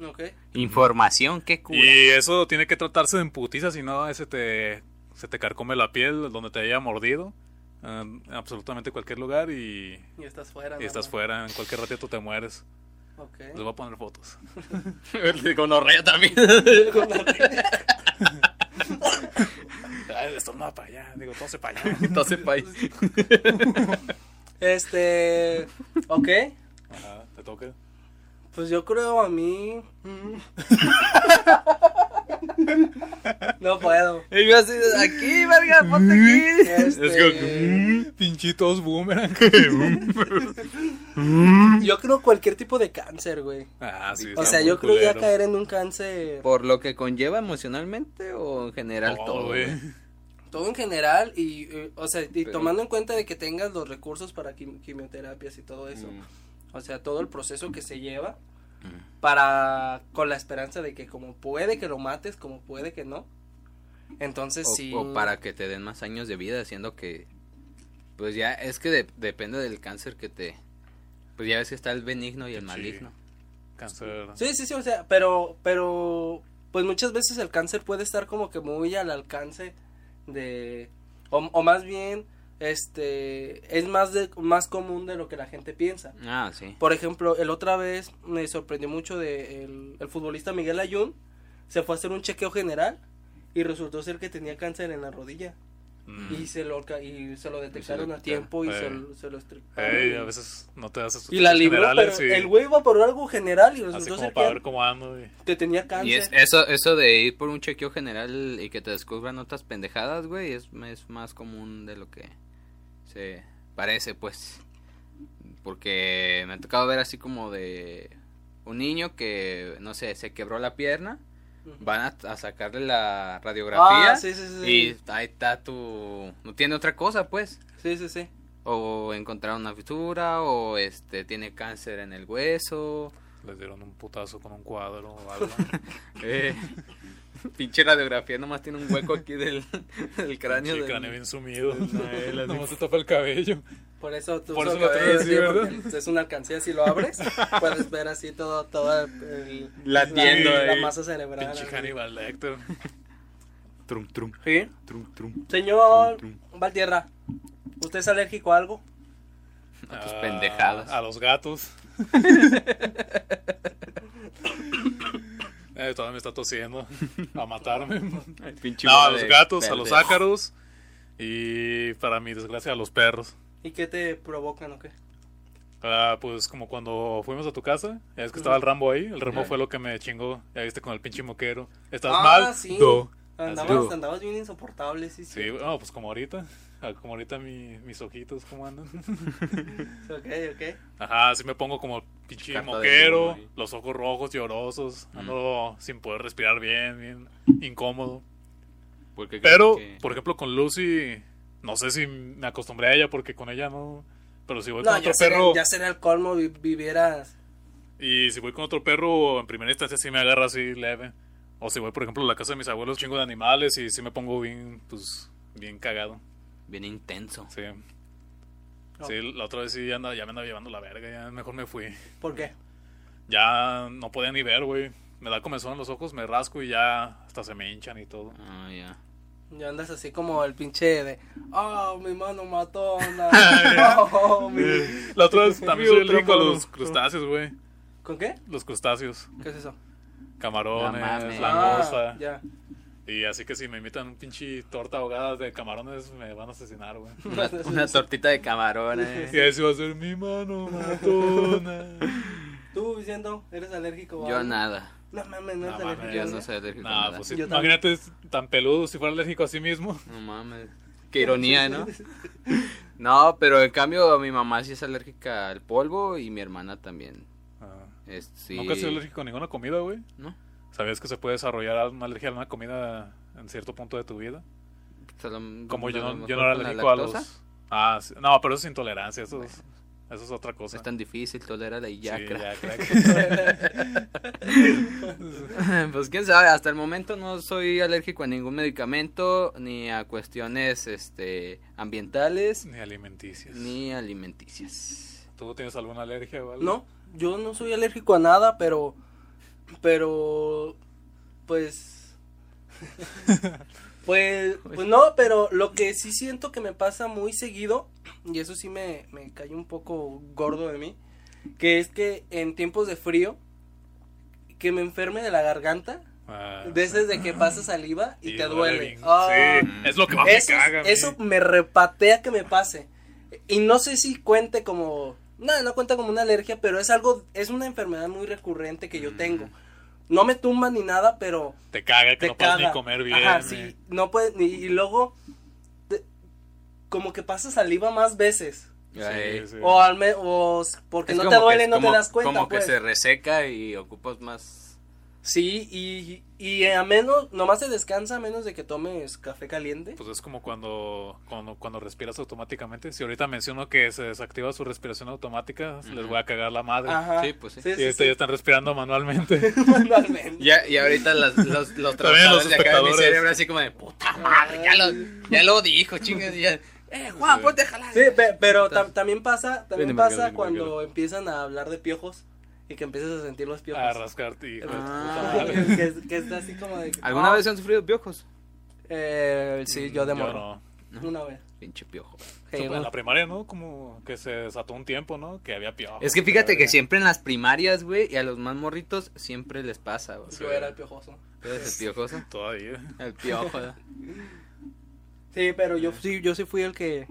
S1: Ok.
S3: Información que cura.
S2: Y eso tiene que tratarse en putiza, si no, ese te, se te carcome la piel donde te haya mordido. En absolutamente cualquier lugar y,
S1: Y estás fuera.
S2: y
S1: ¿no?
S2: estás fuera. En cualquier ratito te mueres.
S1: Ok.
S2: Les voy a poner
S3: [laughs]
S2: fotos. [laughs]
S3: El gonorrea también.
S2: Ay, estornuda para allá. Digo, tose para
S3: [laughs]
S2: allá.
S3: Entonces, país.
S1: [laughs] Este. Ok.
S2: Ajá, te toca.
S1: Pues yo creo a mí. mm. [laughs] no puedo.
S3: Y yo así, aquí, verga, ponte aquí.
S1: Este,
S3: mm,
S2: Pinchitos
S3: [laughs]
S2: boomerang.
S1: Yo creo cualquier tipo de cáncer, güey.
S2: ah, mm. sí.
S1: O
S2: está
S1: sea,
S2: muy
S1: yo creo ya
S2: culero.
S1: caer en un cáncer.
S3: ¿Por lo que conlleva emocionalmente o en general
S2: Todo,
S3: todo?
S2: Oh, güey.
S3: güey?
S1: Todo en general y, eh, o sea, y
S3: Pero-
S1: tomando en cuenta de que tengas los recursos para quim- quimioterapias y todo eso.
S3: Mm.
S1: O sea, todo el proceso que se lleva para con la esperanza de que como puede que lo mates, como puede que no. Entonces
S3: O,
S1: sí.
S3: o para que te den más años de vida, siendo que. Pues ya, es que de- depende del cáncer que te. Pues ya ves que está el benigno y el
S2: Sí.
S3: maligno.
S2: Cáncer.
S1: Sí, sí, sí, o sea, pero pero pues muchas veces el cáncer puede estar como que muy al alcance de o, o más bien este es más de más común de lo que la gente piensa.
S3: Ah, sí.
S1: Por ejemplo, el otra vez me sorprendió mucho de el, el futbolista Miguel Ayun. Se fue a hacer un chequeo general y resultó ser que tenía cáncer en la rodilla.
S2: Mm.
S1: Y, se lo, ca- y se lo detectaron a
S3: detectaron.
S1: tiempo y se,
S2: Eh.
S1: lo- se lo estriparon.
S2: Ey, a veces no te das
S1: Y la libró, pero
S2: generales y
S1: el güey iba por algo general y
S2: así
S1: resultó
S2: como
S1: ser
S2: para
S1: que,
S2: ver cómo ando. y-
S1: que tenía
S3: Y es, eh,
S1: cáncer.
S3: eso, eso de ir por un chequeo general y que te descubran otras pendejadas, güey, es, es más común de lo que se parece, pues. Porque me ha tocado ver así como de un niño que, no sé, se quebró la pierna,
S1: Ujú.
S3: van a, a sacarle la radiografía
S1: Ah, sí, sí, sí.
S3: y ahí está tu... No tiene otra cosa, pues.
S1: Sí, sí, sí.
S3: O encontraron una fisura, o este tiene cáncer en el hueso.
S2: Les dieron un putazo con un cuadro
S1: [laughs]
S2: o algo.
S3: Eh, [laughs] pinche radiografía nomás tiene un hueco aquí del, [laughs] del cráneo.
S2: Sí,
S3: del-
S2: cráneo
S1: [laughs]
S2: bien sumido.
S1: eh,
S3: él, así.
S2: Nomás se tapa el cabello.
S1: Por eso tú
S2: Por
S1: lo
S2: eso lo
S1: que
S2: traes
S1: ves,
S2: así,
S1: sí,
S2: ¿verdad?
S1: porque Es una alcancía, si lo
S2: [laughs]
S1: abres, puedes ver así todo, todo el-
S3: Latiendo
S1: la, la
S3: ahí.
S1: masa cerebral.
S2: Pinche
S1: así.
S2: Hannibal Lecter.
S3: Trum, trum,
S1: Sí.
S3: trum, trum.
S1: Señor
S3: Tum,
S1: Valtierra, ¿usted es alérgico a algo?
S3: A tus
S2: Ah,
S3: pendejadas.
S2: A
S1: [laughs]
S2: los gatos. Eh, todavía me está tosiendo.
S1: [laughs]
S2: A matarme.
S3: [laughs] Pinche
S2: No, a
S3: bola
S2: los
S3: de
S2: gatos, a
S3: verde.
S2: los ácaros. Y para mi desgracia, a los perros.
S1: ¿Y qué te provocan o qué?
S2: Ah, pues como cuando fuimos a tu casa, ya es que estaba el Rambo ahí, el Rambo
S3: Ajá.
S2: fue lo que me chingó, ya viste con el pinche moquero. ¿Estás
S1: Ah,
S2: mal?
S1: sí.
S2: Do.
S1: Andabas,
S3: tú.
S1: andabas bien insoportable, sí,
S2: Sí,
S1: sí.
S2: bueno, pues como ahorita, ah, como ahorita mi- mis ojitos, ¿cómo andan? [laughs]
S1: Ok, ok.
S2: Ajá, sí me pongo como pinche
S3: Carta de
S2: moquero,
S3: mono ahí.
S2: los ojos rojos, llorosos,
S3: Mm.
S2: ando sin poder respirar bien, bien incómodo.
S3: Porque
S2: Pero,
S3: creo que-
S2: por ejemplo, con Lucy, no sé si me acostumbré a ella porque con ella no... Pero si voy
S1: No,
S2: con otro
S1: ya sería,
S2: perro...
S1: ya sería el colmo vi- vivieras.
S2: Y si voy con otro perro, en primera instancia sí me agarra así leve. O si voy, por ejemplo, a la casa de mis abuelos, chingo de animales y sí me pongo bien, pues, bien cagado.
S3: Bien intenso.
S2: Sí. Sí, la otra vez sí ya, andaba- ya me andaba llevando la verga, ya mejor me fui.
S1: ¿Por qué?
S2: Ya no podía
S1: [laughs]
S3: [laughs]
S2: ni ver, güey. Me da comezón en los ojos, me rasco y ya hasta se me hinchan y todo.
S3: Ah, ya.
S1: Ya andas así como el pinche de, oh, mi mano
S2: [laughs]
S1: matona. oh, mi-
S2: La otra vez también soy
S1: Otro
S2: alérgico a
S1: mono.
S2: los crustáceos, güey.
S1: ¿Con qué?
S2: Los crustáceos.
S1: ¿Qué es eso? Ah,
S2: Camarones,
S3: No mames.
S2: langosta.
S1: ya.
S2: Y así que si me invitan un pinche torta ahogada de camarones, me van a asesinar, güey.
S3: Una, una tortita de eh. camarones.
S2: Y eso va a ser mi mano matona.
S1: Tú, Vicendo, eres alérgico. a
S3: Yo
S1: algo?
S3: nada.
S1: No mames, no
S2: No
S1: eres
S2: mames.
S1: alérgico.
S3: Yo
S1: a
S3: no
S1: eso.
S3: soy alérgico a
S2: Nah,
S3: nada.
S2: pues sí.
S1: Yo también.
S2: Imagínate tan peludo si fuera alérgico a sí mismo.
S3: No mames. Qué
S1: [laughs]
S3: ironía, ¿no? No, pero en cambio mi mamá sí es alérgica al polvo y mi hermana también. Es- Ah, sí.
S2: Nunca he sido alérgico a ninguna comida, güey.
S3: No,
S2: ¿Sabías que se puede desarrollar una alergia a una comida en cierto punto de tu vida?
S3: solo-
S2: Como yo no,
S3: solo
S2: yo no era
S3: con la
S2: alérgico a
S3: lactosa.
S2: los... Ah, sí. no, pero eso es intolerancia, eso es, eso es otra cosa.
S3: Es tan difícil, tolérala y
S2: Sí,
S3: ya, crack.
S2: ya, crack.
S3: [laughs] Pues quién sabe, hasta el momento no soy alérgico a ningún medicamento, ni a cuestiones este ambientales,
S2: Ni alimenticias.
S3: ni alimenticias.
S2: ¿Tú tienes alguna alergia, vale?
S1: No, yo no soy alérgico a nada, pero. Pero.
S2: [laughs]
S1: Pues. pues. Pues no, pero lo que sí siento que me pasa muy seguido, y eso sí me, me cae un poco gordo de mí, que es que en tiempos de frío, que me enferme de la garganta,
S2: Ah,
S1: veces de que pasa saliva y, te duele.
S2: bien.
S1: Ah,
S2: Sí, es lo que más
S1: eso,
S2: me caga. güey.
S1: eso me repatea que me pase. Y no sé si cuente como. No, no cuenta como una alergia, pero es algo. Es una enfermedad muy recurrente que
S3: Mm.
S1: yo tengo. No me tumba ni nada, pero.
S2: Te caga que
S1: Te
S2: no puedas
S1: caga.
S2: ni comer bien.
S1: Ajá,
S2: güey.
S1: sí. No puedes. ni- Y, luego. te- como que pasa saliva más veces.
S3: Ay.
S2: Sí, sí.
S1: O al me- o s- porque
S3: Es
S1: no
S3: como
S1: te duele,
S3: que-
S1: no
S3: como-
S1: te das cuenta.
S3: Como
S1: pues.
S3: que se reseca y ocupas más.
S1: Sí, y, y a menos. Nomás se descansa a menos de que tomes café caliente.
S2: Pues es como cuando, cuando, cuando respiras automáticamente. Si ahorita menciono que se desactiva su respiración automática, les voy a cagar la madre.
S1: Ajá.
S3: Sí, pues sí.
S2: y ustedes
S1: [laughs]
S2: ya están respirando manualmente.
S1: Manualmente.
S3: Ya, y ahorita las- los, los
S2: También los
S3: trabajadores de acá de mi
S2: espectadores.
S3: cerebro así como de puta madre, ya lo, ya lo dijo, chingas, ya. Eh, Juan,
S2: Sí.
S3: ponte a jalar.
S1: Sí, pe- pero tam- también pasa, también
S2: Viene
S1: pasa
S2: Margarita, viene
S1: cuando
S2: Margarita.
S1: empiezan a hablar de piojos y que empiezas a sentir los
S2: a
S1: piojos.
S2: rascarte, hijo de tu
S3: Ah.
S1: [laughs]
S2: puta madre.
S1: que, que está así como de...
S3: ¿Alguna
S1: Ah,
S3: vez han sufrido piojos?
S1: eh, sí, yo de morro.
S2: no.
S1: Una vez.
S3: Pinche piojo.
S1: Sí,
S2: Supe- En
S1: no.
S2: la primaria, ¿no? Como que se desató un tiempo, ¿no? Que había piojo.
S3: Es que fíjate que siempre en las primarias, güey, y a los más morritos siempre les pasa, güey.
S1: Yo era el piojoso.
S3: ¿Tú eres el piojoso?
S2: Todavía.
S3: El piojo. ¿no?
S1: Sí, pero yo sí, yo sí fui el que...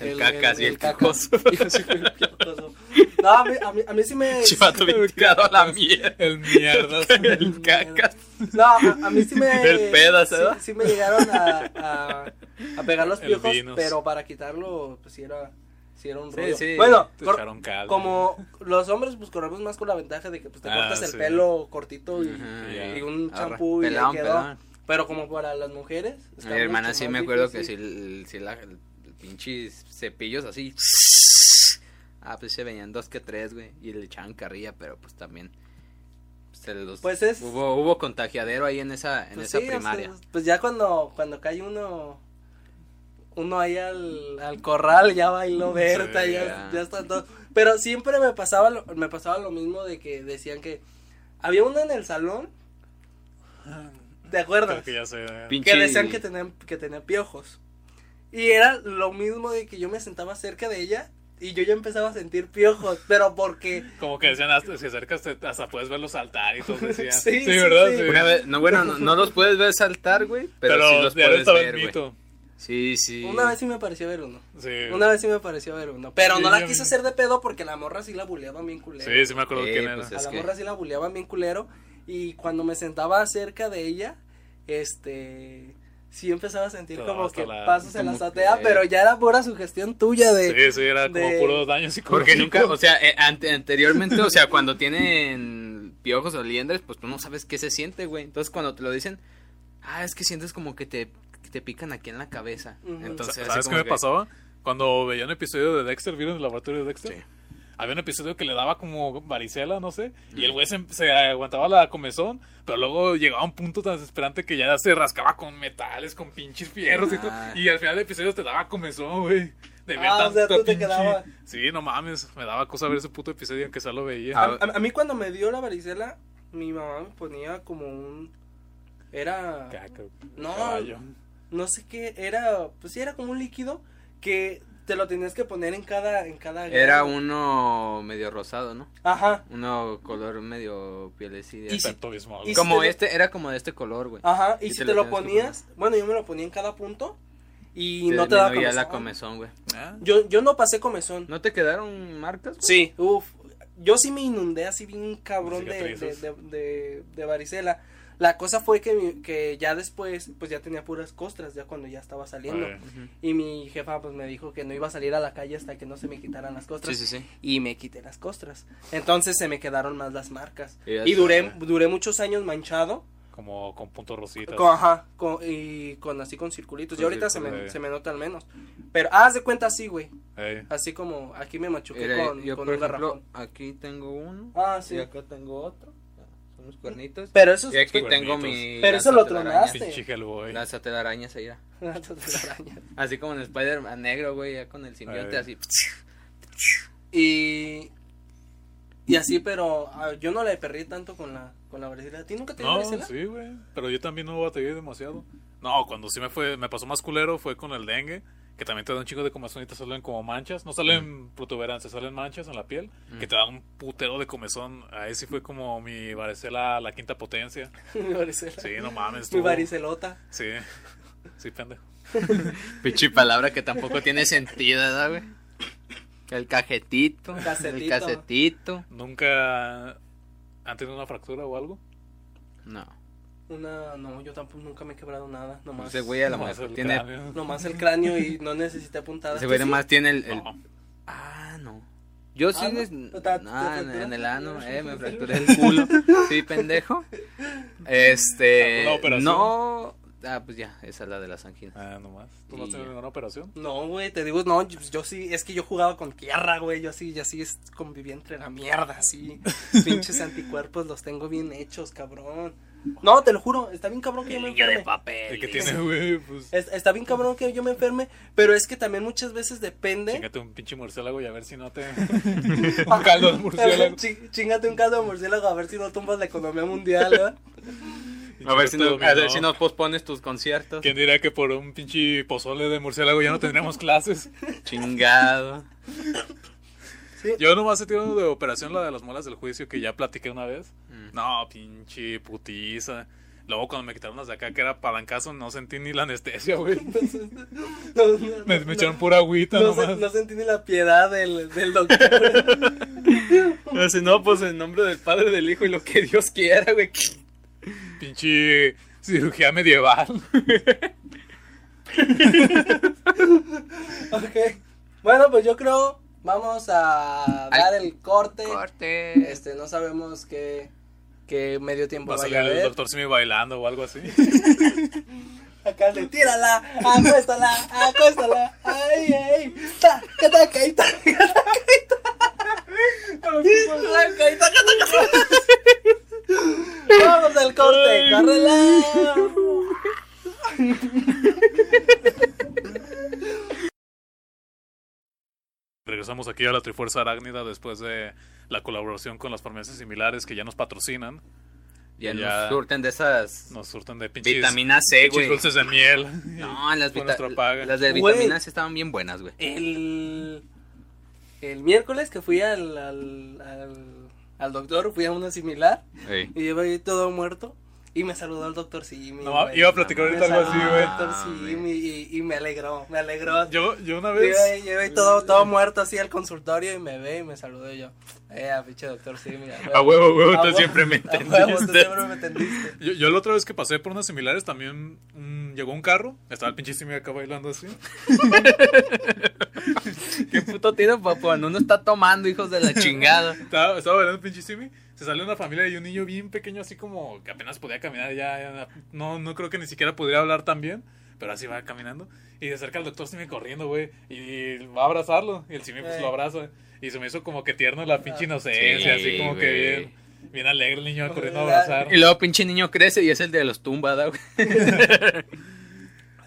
S3: El cacas y
S1: [laughs]
S3: el piojoso.
S1: Yo sí fui el piojoso. No, a mí, a mí, a mí sí
S3: [laughs]
S1: me...
S3: Chivato bien tirado a la mierda.
S1: [laughs]
S2: El mierda.
S3: El cacas.
S1: No, a, a mí sí me...
S3: [laughs] El pedas,
S1: sí,
S3: ¿verdad?
S1: sí me llegaron a, a, a pegar los
S2: El
S1: piojos,
S2: vinos.
S1: pero para quitarlo, pues sí era... sí era un
S3: Sí,
S1: rollo.
S3: sí.
S1: Bueno,
S2: Te
S1: cor-
S2: echaron caldo.
S1: Como los hombres, pues corremos más con la ventaja de que pues, te
S2: Ah,
S1: cortas el
S2: sí.
S1: pelo cortito y,
S3: Ujú,
S2: ya.
S1: y un
S3: Arra,
S1: champú y ahí
S3: pelón,
S1: quedó.
S3: pelón.
S1: Pero como para las mujeres. está
S3: Mi hermana
S1: mucho
S3: sí
S1: más
S3: me acuerdo que si,
S1: difícil.
S3: el- si la, el pinches cepillos así. Ah, pues se venían dos que tres, güey. Y le echaban carrilla, pero pues también. Se los,
S1: Pues es-
S3: Hubo, hubo contagiadero ahí en esa, en
S1: Pues
S3: esa
S1: sí, o sea,
S3: primaria.
S1: pues ya cuando, cuando cae uno uno ahí al, al corral, ya bailó Berta,
S2: Sí,
S1: ya,
S3: ya.
S1: ya están todos. Pero siempre me pasaba, lo, me pasaba lo mismo de que decían que había uno en el salón. ¿Te acuerdas?
S2: Creo que ya ¿eh? se...
S3: Pinche-
S1: que decían que tenían que tenía piojos. Y era lo mismo de que yo me sentaba cerca de ella y yo ya empezaba a sentir piojos, pero porque
S2: Como que decían, hasta, si acercas te- hasta puedes verlos saltar y todo.
S3: [laughs]
S2: Decían.
S1: Sí, sí,
S2: ¿verdad?
S1: sí.
S3: Una vez- no, bueno, no, no los puedes ver saltar, güey. Pero,
S2: Pero,
S3: sí los
S2: ya
S3: puedes
S2: estaba
S3: ver,
S2: el
S3: güey.
S2: mito.
S3: Sí, sí.
S1: una vez sí me pareció ver uno.
S2: Sí.
S1: Una vez sí me pareció ver uno, pero
S2: Sí,
S1: no la
S2: yo-
S1: quise hacer de pedo porque la morra sí la buleaban bien culero.
S2: Sí, sí me acuerdo
S3: Eh,
S2: quién era.
S3: pues,
S1: a
S3: es
S1: la
S3: que-
S1: morra sí la buleaban bien culero y cuando me sentaba cerca de ella, este sí empezaba a sentir
S2: Te daba
S1: como
S2: hasta
S1: que
S2: la-
S1: pasos en
S3: como
S1: la azotea,
S3: que-
S1: pero ya era pura sugestión tuya de
S2: Sí, sí, era como
S1: de-
S2: puros daños psicológicos.
S3: eh, Porque nunca, o sea, eh, ante- anteriormente, o sea, cuando tienen piojos o liendres, pues tú no sabes qué se siente, güey. Entonces cuando te lo dicen, ah, es que sientes como que te, que te pican aquí en la cabeza.
S1: Ujú.
S3: Entonces, así
S2: ¿Sabes qué
S3: como
S2: me
S3: que-
S2: pasaba? Cuando veía un episodio de Dexter, ¿vieron el laboratorio de Dexter?
S3: Sí.
S2: Había un episodio que le daba como varicela, no sé, y el güey se, se aguantaba la comezón, pero luego llegaba a un punto tan desesperante que ya se rascaba con metales, con pinches fierros y todo,
S3: Ah.
S2: y al final del episodio te daba comezón, güey. De ver
S1: Ah, o
S2: tanta
S1: sea, tú te
S2: pinche-
S1: quedaba.
S2: Sí, no mames, me daba cosa ver ese puto episodio aunque sea lo veía.
S1: A, a- a mí cuando me dio la varicela, mi mamá me ponía como un... Era...
S2: Caca,
S1: No.
S2: caballo.
S1: no sé qué, era, pues sí, era como un líquido que te lo tenías que poner en cada, en cada.
S3: Era
S1: grado.
S3: uno medio rosado, ¿no?
S1: Ajá,
S3: Uno color medio pielecida.
S1: Y si-
S2: Pepto Bismol.
S1: y si- te
S3: Como
S1: lo- Ah,
S3: este, era como de este color, güey.
S1: ajá, y,
S3: Y
S1: si
S3: te
S1: te, lo
S3: lo tenías que
S1: ponías, bueno, yo me lo ponía en cada punto y
S3: Te
S1: no te daba
S3: disminuía
S1: comezón.
S3: la comezón, güey.
S2: Ah,
S1: Yo, yo no pasé comezón.
S3: ¿No te quedaron marcas? güey?
S1: Sí, uff. Yo sí me inundé así bien cabrón de, de,
S2: Cicatrices.
S1: de- de- de varicela. La cosa fue que, mi- que ya después, pues ya tenía puras costras, ya cuando ya estaba saliendo.
S2: eh,
S3: Ujú.
S1: Y mi jefa pues me dijo que no iba a salir a la calle hasta que no se me quitaran las
S3: Sí,
S1: costras.
S3: sí, sí.
S1: Y me quité las costras. Entonces se me quedaron más las marcas.
S3: Y ya
S1: Y
S3: está,
S1: duré,
S3: güey.
S1: duré muchos años manchado.
S2: como con puntos rositas.
S1: Con, ajá, con- y con así con circulitos.
S3: Con
S1: y ahorita se me,
S2: circulitos,
S1: se me nota al menos. Pero haz de cuenta así, güey.
S2: Eh,
S1: Así como aquí me machuqué
S3: Mira,
S1: con,
S3: yo,
S1: con
S3: por
S1: un garrafón.
S3: ejemplo, aquí tengo uno.
S1: Ah, sí.
S3: Y acá tengo otro. Son los cuernitos.
S1: Pero eso
S3: y aquí
S2: Cuernitos.
S3: tengo mi.
S1: Pero
S3: las
S1: eso lo
S3: telarañas.
S1: tronaste.
S2: pinche Hellboy.
S3: Las telarañas ahí. era.
S1: [laughs] Las telarañas.
S3: Así como en Spider-Man negro, güey, ya con el simbionte
S2: Ay.
S3: así.
S1: Y. Y así, pero ah, yo no le perrí tanto con la, con la varicela. ¿A ti nunca te dio
S2: No,
S1: varicela?
S2: sí, güey. Pero yo también no batallé demasiado. No, cuando sí me fue, me pasó más culero fue con el dengue, que también te da un chingo de comezón y te salen como manchas. No
S3: Mm.
S2: salen protuberancias, salen manchas en la piel, que te da un putero de comezón. Ahí sí fue como mi varicela a la quinta potencia.
S1: [laughs] Mi varicela.
S2: Sí, no mames,
S1: Mi
S2: tú.
S1: varicelota.
S2: Sí, sí, pendejo.
S3: Pichi palabra que tampoco tiene sentido, ¿verdad, güey? El cajetito.
S1: Cacetito.
S3: El casetito.
S2: ¿Nunca han tenido una fractura o algo?
S3: No.
S1: Una. No, yo tampoco nunca me he quebrado nada. Nomás.
S3: Ese güey
S2: [laughs]
S3: a lo
S2: No, es
S3: mejor
S2: el
S3: tiene.
S2: cráneo.
S1: Nomás el cráneo y no necesité puntadas.
S3: Ese güey
S1: ¿Tú
S3: nomás tiene el. el-
S2: No.
S3: Ah, no. Yo sí.
S1: Ah, ¿no?
S3: des-
S1: ¿Te- te- te
S3: Ah, en,
S1: fracturaste?
S3: en el ano, eh,
S1: [laughs]
S3: me fracturé el culo. Sí, pendejo. Este.
S2: Ah, ¿Una operación?
S3: No. Ah, pues ya, esa es la de las anginas.
S2: Ah, nomás. ¿Tú no
S3: Y-
S2: has tenido ninguna operación?
S1: sí? No, güey, te digo, no, yo, yo sí, es que yo jugaba con tierra, güey, yo así, yo así es- conviví entre la mierda,
S3: [laughs]
S1: así, pinches anticuerpos los tengo bien hechos, cabrón. No, te lo juro, está bien cabrón que yo me enferme.
S3: papel.
S2: El que tiene, güey, pues.
S1: Es- está bien cabrón que yo me enferme, pero es que también muchas veces depende.
S2: Chingate un pinche murciélago y a ver si no te.
S1: [laughs]
S2: un caldo de murciélago.
S1: Chi- Chingate un caldo de murciélago a ver si no tumbas la economía mundial, ¿verdad? [laughs]
S3: A ver, si
S2: Te
S3: no-
S2: dominó.
S3: a ver si nos pospones tus conciertos.
S2: ¿Quién diría que por un pinche pozole de murciélago ya no tendríamos clases?
S3: Chingado.
S1: Sí.
S2: [laughs] Yo nomás he tenido de operación la de las muelas del juicio que ya platiqué una vez.
S3: Mm.
S2: No, pinche putiza. Luego cuando me quitaron las de acá que era palancazo, no sentí ni la anestesia, [laughs] güey.
S1: No, no,
S2: Me, me
S1: no,
S2: echaron pura agüita
S1: no se-
S2: nomás.
S1: no sentí ni la piedad del, del doctor.
S3: [laughs] Así, no, pues en nombre del Padre, del Hijo y lo que Dios quiera, güey.
S2: Pinche cirugía medieval.
S1: Ok. Bueno, pues yo creo vamos a dar el corte.
S3: Corte.
S1: Este, no sabemos qué, qué medio tiempo
S2: Va a
S1: vaya
S2: salir
S1: a
S2: el
S1: haber.
S2: doctor Simi bailando o algo así.
S3: [laughs]
S1: Acá le tírala, acuéstala, acuéstala. Ay, ay. Ta, ta, ta, ta, ta, ta, Vamos al corte, córrela.
S2: Regresamos aquí a la Trifuerza Arácnida después de la colaboración con las farmacias similares que ya nos patrocinan.
S3: Ya,
S2: Ya.
S3: nos surten de esas
S2: Nos surten de pinches,
S3: vitamina C,
S2: pinches
S3: güey.
S2: dulces de miel.
S3: No, las,
S2: Con
S3: vita-
S2: nuestra paga.
S3: las de
S1: Güey.
S3: vitamina C estaban bien buenas, güey.
S1: El, el miércoles que fui al, al, al, al doctor, fui a una similar y llevo ahí todo muerto. Y me saludó el doctor Simi.
S2: No,
S1: güey.
S2: iba a platicar
S1: Me
S2: ahorita algo así,
S1: saludó
S2: güey.
S1: El
S3: Ah,
S1: doctor Simi y, y me alegró, me alegró. Yo,
S2: Yo, yo una vez.
S1: iba ahí- yo iba ahí todo, todo muerto así al consultorio y me ve y me saludó y yo. Eh, a pinche doctor Simi.
S2: A huevo, a huevo,
S1: A
S2: tú
S1: huevo,
S2: siempre me
S1: a huevo, tú
S2: entendiste.
S1: siempre me entendiste.
S2: Yo, yo la otra vez que pasé por unas similares también mm, llegó un carro. Estaba el pinche Simi acá bailando así.
S3: Qué puto tiro, papá. Cuando uno está tomando,
S2: [laughs]
S3: hijos de la chingada.
S2: Estaba, estaba bailando el pinche Simi. Se salió una familia y un niño bien pequeño, así como que apenas podía caminar. Ya, ya- no, no creo que ni siquiera pudiera hablar tan bien. Pero así va caminando. Y de cerca el doctor Simi corriendo, güey. Y va a abrazarlo. Y el Simi pues
S1: Eh. Ah.
S2: lo abraza. Y se me hizo como que tierno la pinche inocencia.
S3: Sí,
S2: así como que
S3: güey.
S2: bien, bien alegre el niño corriendo a
S1: Ojalá.
S2: abrazar.
S3: Y luego pinche niño crece y es el de los tumbas, ¿da, güey.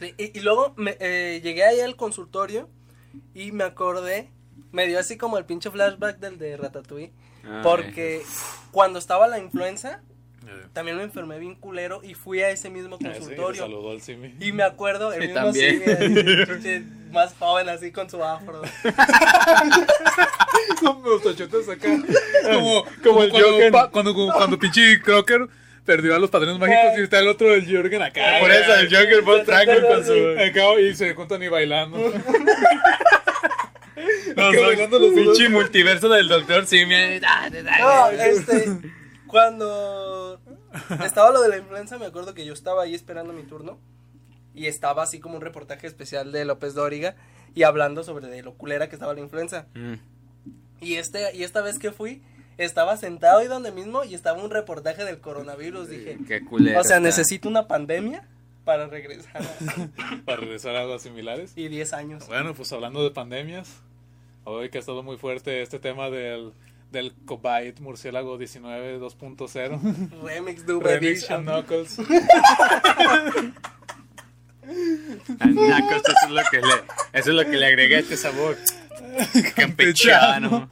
S1: Sí, y, y luego me, eh, llegué ahí al consultorio y me acordé, me dio así
S3: Ah.
S1: como el pinche flashback del de Ratatouille, porque cuando estaba la influenza,
S2: Eh,
S1: También me enfermé bien culero y fui a ese mismo
S2: eh, sí, le
S1: consultorio.
S2: saludó el Simi.
S1: y me acuerdo, el
S3: Sí,
S1: mismo
S3: también.
S1: sigue,
S3: [laughs]
S1: así, pinche, más joven así con su afro.
S2: Con los tachotes acá. Como, como el
S3: cuando
S2: Jorgen.
S3: pa-
S2: [laughs] Cuando, como- cuando pinche Crocker perdió a los padrinos mágicos y está el otro del Jorgen acá.
S1: Ay,
S2: Por eso el
S3: Joker
S1: fue tranquilo con
S2: Jorgen. Acá y se juntan y bailando. No,
S3: Acá bailando los dos.
S2: pinche multiverso del Doctor Simi.
S3: Ah,
S1: No, este, cuando estaba lo de la influenza, me acuerdo que yo estaba ahí esperando mi turno y estaba así como un reportaje especial de López Dóriga y hablando sobre de lo culera que estaba la influenza.
S3: Mm.
S1: Y, este, y esta vez que fui, estaba sentado ahí donde mismo y estaba un reportaje del coronavirus. Dije,
S3: Qué culero.
S1: o sea,
S3: está.
S1: necesito una pandemia para regresar a-
S2: Para regresar a algo similares.
S1: y 10 años.
S2: Bueno, pues hablando de pandemias, hoy que ha estado muy fuerte este tema del, del COVID murciélago 19 2.0.
S1: Remix Dub
S2: Remix
S1: Edition.
S2: and Knuckles.
S3: Al naco, esto es lo que le, eso es lo que le agrega
S2: [laughs]
S3: este sabor. Campechano.